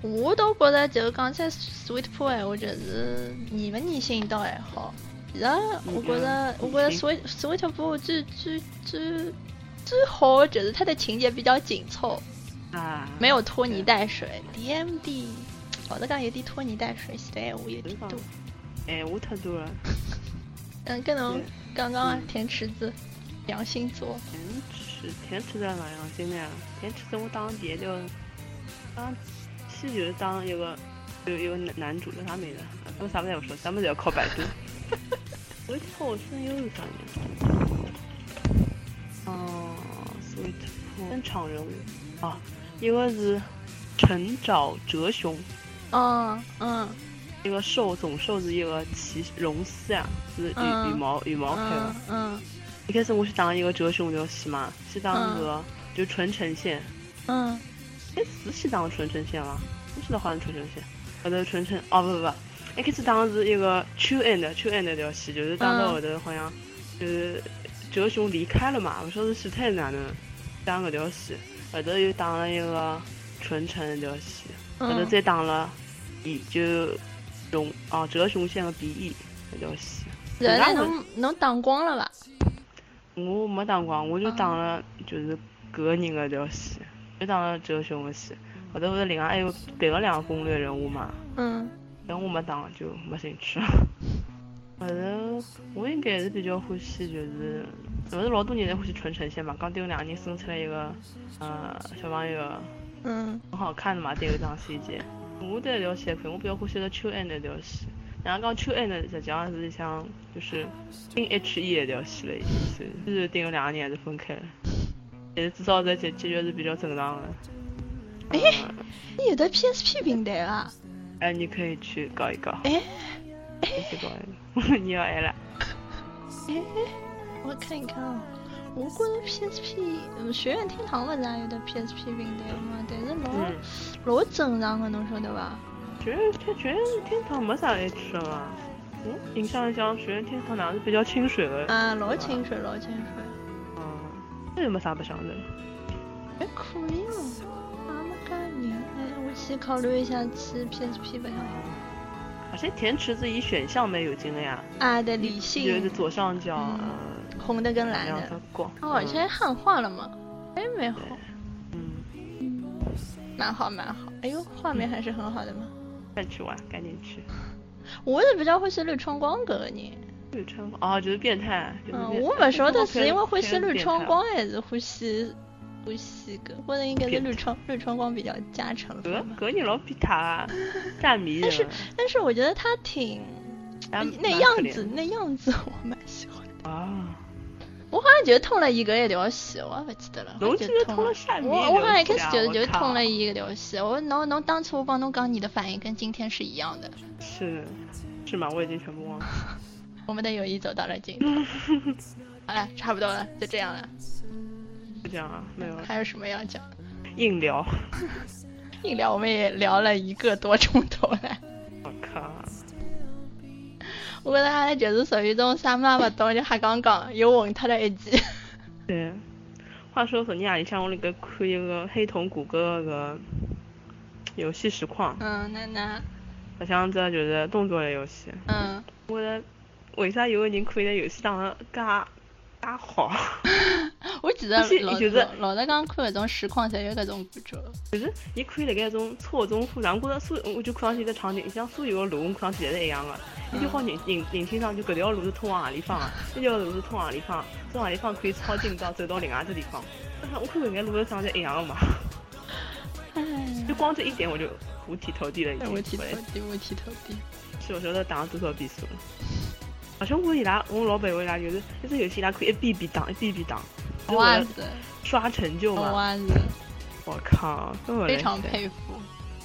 [SPEAKER 1] 我倒觉得就讲起来 Sweet p o o 我觉得你们逆性倒还好。现在我觉得，我觉得
[SPEAKER 2] 嗯
[SPEAKER 1] Sweet Sweet p o o 最最最最好的就是它的情节比较紧凑，
[SPEAKER 2] 啊，
[SPEAKER 1] 嗯没有拖泥带水。DMD，我在讲有点拖泥带水，现在我有点多。
[SPEAKER 2] 哎，我太多了。
[SPEAKER 1] 嗯，跟侬
[SPEAKER 2] 对
[SPEAKER 1] 刚刚啊
[SPEAKER 2] 嗯
[SPEAKER 1] 填池子，良心做，
[SPEAKER 2] 甜吃甜吃在哪样？真的啊，甜吃在我当别的，当戏就是当一个有有个男男主叫啥名字？啊我啥不也不说，咱们得要靠百度。我一跳我声优是啥名字？哦，Sweet 登场人物啊，一个是陈沼哲雄，
[SPEAKER 1] 嗯嗯
[SPEAKER 2] 一个兽总兽是一个骑龙狮啊，是羽、
[SPEAKER 1] 嗯
[SPEAKER 2] 羽毛羽毛派的。
[SPEAKER 1] 嗯嗯
[SPEAKER 2] 一开始我是当一个哲学游戏嘛，是当一个就纯呈现，
[SPEAKER 1] 嗯，
[SPEAKER 2] 哎，是是当纯呈现吗？不是的好像纯呈现，后头纯呈哦不不不，一开始当是一个 true end true end 的游戏，就是当到后头好像就是哲雄离开了嘛，我说是实在哪能当个游戏，后头又当了一个纯呈的游戏，后头
[SPEAKER 1] 嗯
[SPEAKER 2] 再当了一就龙哦哲雄线和 B E 的游戏。
[SPEAKER 1] 人
[SPEAKER 2] 然
[SPEAKER 1] 类
[SPEAKER 2] 后
[SPEAKER 1] 侬侬打光了吧？
[SPEAKER 2] 我没打光，我就打了就是搿个人个条线，就打了哲学个线。后头勿是另外还有别个两个攻略人物嘛，
[SPEAKER 1] 嗯
[SPEAKER 2] 但我没打就没兴趣。后头我应该还是比较欢喜就是，勿是老多人侪欢喜纯呈现嘛。刚丢两个人生出来一个呃小朋友，
[SPEAKER 1] 嗯
[SPEAKER 2] 很好看的嘛，对个张细节。我对条线可能我比较欢喜个秋 N 的条线。然后讲秋 N 的实际上是像就是跟 H E 的条线了，已经是就是顶个两个人还是分开了，但是至少这结结局是比较正常的。
[SPEAKER 1] 哎
[SPEAKER 2] 嗯
[SPEAKER 1] 你有的 PSP 平台啊？
[SPEAKER 2] 哎，你可以去搞一搞，
[SPEAKER 1] 哎
[SPEAKER 2] 你去搞一搞，你 要爱了。
[SPEAKER 1] 哎，我看一看啊。我觉得 PSP 嗯学院厅堂勿是也有的 PSP 平台嘛，但是
[SPEAKER 2] 嗯，
[SPEAKER 1] 老老正常个，侬晓得伐？
[SPEAKER 2] 学院天学院天堂没啥 H 的嘛。嗯，印象里讲学院天堂哪是比较清水的。
[SPEAKER 1] 啊，老
[SPEAKER 2] 对吧
[SPEAKER 1] 清水，老清水。
[SPEAKER 2] 嗯，这有没啥白相的？
[SPEAKER 1] 还可以哦，俺们家人，哎，我去考虑一下去 PSP 吧。
[SPEAKER 2] 而且啊填池子以选项没有进的呀，
[SPEAKER 1] 啊，对，理
[SPEAKER 2] 就
[SPEAKER 1] 性
[SPEAKER 2] 是左上角，
[SPEAKER 1] 嗯
[SPEAKER 2] 呃
[SPEAKER 1] 红的跟蓝
[SPEAKER 2] 两
[SPEAKER 1] 的
[SPEAKER 2] 个，光。
[SPEAKER 1] 哦，而且
[SPEAKER 2] 嗯
[SPEAKER 1] 汉化了嘛，哎，没红，
[SPEAKER 2] 嗯，
[SPEAKER 1] 蛮好蛮好，哎呦，画面还是很好的嘛。
[SPEAKER 2] 快去玩，赶紧去。
[SPEAKER 1] 我是比较欢喜绿春光搿个人，
[SPEAKER 2] 绿春哦，就是变态，就是变态
[SPEAKER 1] 嗯，我勿晓得是因为欢喜绿春，光
[SPEAKER 2] 变态啊
[SPEAKER 1] 还是欢喜欢喜搿，或者应该是绿春绿春光比较加成分吧。
[SPEAKER 2] 搿搿人老变态啊，大迷人。
[SPEAKER 1] 但是但是我觉得他挺
[SPEAKER 2] 蛮
[SPEAKER 1] 那
[SPEAKER 2] 蛮
[SPEAKER 1] 样
[SPEAKER 2] 可怜
[SPEAKER 1] 子那样子我蛮喜欢的，
[SPEAKER 2] 啊，
[SPEAKER 1] 我好像就是通了伊搿一条线，我也勿记得了。
[SPEAKER 2] 侬
[SPEAKER 1] 我
[SPEAKER 2] 记
[SPEAKER 1] 就
[SPEAKER 2] 得
[SPEAKER 1] 通
[SPEAKER 2] 通了下面
[SPEAKER 1] 我我好像一开
[SPEAKER 2] 条
[SPEAKER 1] 始觉得
[SPEAKER 2] 我
[SPEAKER 1] 就是
[SPEAKER 2] 靠
[SPEAKER 1] 通了伊搿条线，我侬侬当初我帮侬讲你的反应跟今天是一样的，
[SPEAKER 2] 是是吗？我已经全部忘了。
[SPEAKER 1] 我们的友谊走到了尽头。
[SPEAKER 2] 嗯
[SPEAKER 1] 好了，差不多了，就这样了。
[SPEAKER 2] 就这样啊，没有了
[SPEAKER 1] 还有什么要讲？
[SPEAKER 2] 硬聊。
[SPEAKER 1] 硬聊我们也聊了一个多钟头了，
[SPEAKER 2] 我靠，
[SPEAKER 1] 我觉得阿拉就是属于一种啥嘛勿懂就瞎讲讲，又混脱了一 记。
[SPEAKER 2] 对。话说昨天夜里向我辣盖看一个黑瞳谷歌的个游戏实况，
[SPEAKER 1] 嗯，那那
[SPEAKER 2] 好像这就是动作类游戏。
[SPEAKER 1] 嗯，
[SPEAKER 2] 我觉得为啥有个人可以在游戏打得介介好？
[SPEAKER 1] 我记得
[SPEAKER 2] 不是
[SPEAKER 1] 老
[SPEAKER 2] 就是
[SPEAKER 1] 老老早刚看搿种实况，侪有搿种感觉。
[SPEAKER 2] 就是伊可以辣盖一种错综复杂，我觉着所我就看上去这场景，像所有的路我看上去侪是一样的，伊就好认认认清上就搿条路是通往何里方啊，那条路是通往何里方，从何里方可以抄近道走到另外只地方。我看我看搿眼路长得一样的嘛，
[SPEAKER 1] 哎
[SPEAKER 2] 就光这一点我就五体投地了已
[SPEAKER 1] 哎
[SPEAKER 2] 经。
[SPEAKER 1] 五体投
[SPEAKER 2] 我
[SPEAKER 1] 地，五体投地。
[SPEAKER 2] 是我晓得打了多少遍数了。而且我伊拉，我老板我伊拉就是一只游戏伊拉可以一遍遍打，一遍遍打，就
[SPEAKER 1] 哇
[SPEAKER 2] 为了
[SPEAKER 1] 子，
[SPEAKER 2] 刷成就嘛。
[SPEAKER 1] 哦哇子，
[SPEAKER 2] 我靠，根本
[SPEAKER 1] 非常
[SPEAKER 2] 累死
[SPEAKER 1] 佩服，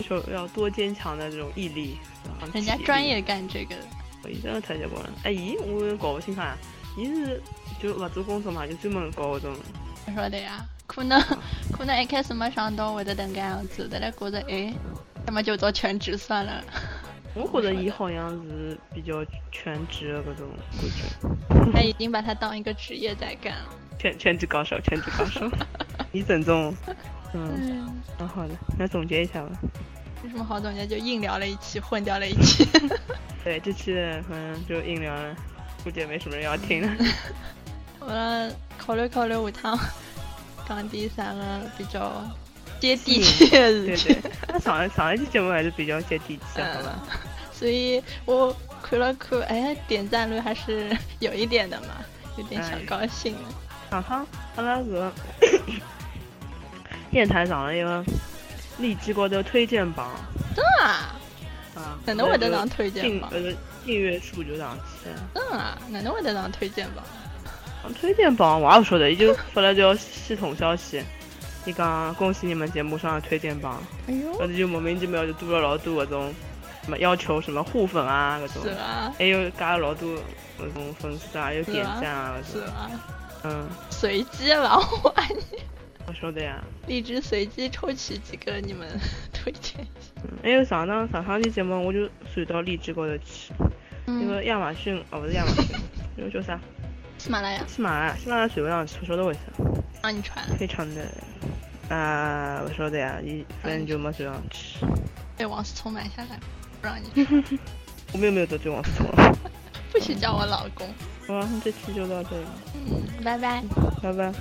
[SPEAKER 2] 说要多坚强的这种毅力，啊然后
[SPEAKER 1] 人家
[SPEAKER 2] 体力
[SPEAKER 1] 专，业干这个的。
[SPEAKER 2] 伊真的太结棍了。哎，伊我也搞不清他，伊是就勿做工作嘛，就专门搞搿种，
[SPEAKER 1] 我说的呀，可能可能一开始没想到会得能介样子，但来觉着哎，那么就做全职算 了。
[SPEAKER 2] 我觉着伊好像是比较全职的搿种感觉，
[SPEAKER 1] 他已经把它当一个职业在干了。
[SPEAKER 2] 全全职高手，全职高 手。伊正宗，嗯，
[SPEAKER 1] 嗯，
[SPEAKER 2] 蛮好的。那总结一下吧，
[SPEAKER 1] 有什么好总结？就硬聊了一期，混掉了一 期。
[SPEAKER 2] 对这期的反正就硬聊了，估计也没什么人要听了。
[SPEAKER 1] 我要考虑考虑下趟讲点啥个比较接地气的
[SPEAKER 2] 对
[SPEAKER 1] 事
[SPEAKER 2] 对
[SPEAKER 1] 情。，
[SPEAKER 2] 那上上一期节目还是比较接地气的，好吧？
[SPEAKER 1] 所以我看了看，哎，点赞率还是 有一点的嘛，有点小高兴了。
[SPEAKER 2] 上趟阿拉个电台上了一个荔枝高头推荐榜
[SPEAKER 1] 啊，
[SPEAKER 2] 啊，
[SPEAKER 1] 哪能会嗯得上推荐
[SPEAKER 2] 订
[SPEAKER 1] 榜？
[SPEAKER 2] 呃订阅数就上去了。
[SPEAKER 1] 嗯啊，哪能会得上推荐榜？
[SPEAKER 2] 上啊推荐榜我也不晓得，伊就发了条系统消息，伊讲恭喜你们节目上了推荐榜，
[SPEAKER 1] 哎呦，
[SPEAKER 2] 然后就莫名其妙就多了老多搿种什么要求什么互粉啊搿
[SPEAKER 1] 是
[SPEAKER 2] 种，
[SPEAKER 1] 吧？
[SPEAKER 2] 还有加了老多搿种粉丝啊，有点赞啊搿
[SPEAKER 1] 是
[SPEAKER 2] 种，
[SPEAKER 1] 吧？
[SPEAKER 2] 嗯，
[SPEAKER 1] 随机吧，我按
[SPEAKER 2] 我晓得呀。
[SPEAKER 1] 荔枝随机抽取几个你们推荐一下。
[SPEAKER 2] 还有上趟上趟期节目我就转到荔枝高头去。那
[SPEAKER 1] 嗯，
[SPEAKER 2] 个亚马逊哦，不是亚马逊，那个叫啥？
[SPEAKER 1] 喜马拉雅
[SPEAKER 2] 喜马拉雅，喜马拉雅水不上去，不晓得为啥，
[SPEAKER 1] 让你传，
[SPEAKER 2] 非常的啊，不晓得呀，一反正就没水上去。
[SPEAKER 1] 被王思聪买下来，不让 你传，
[SPEAKER 2] 我们有没有得罪王思聪了？
[SPEAKER 1] 不许叫我老公。
[SPEAKER 2] 好吧，那这期就到这里，
[SPEAKER 1] 嗯，拜拜。
[SPEAKER 2] 拜拜。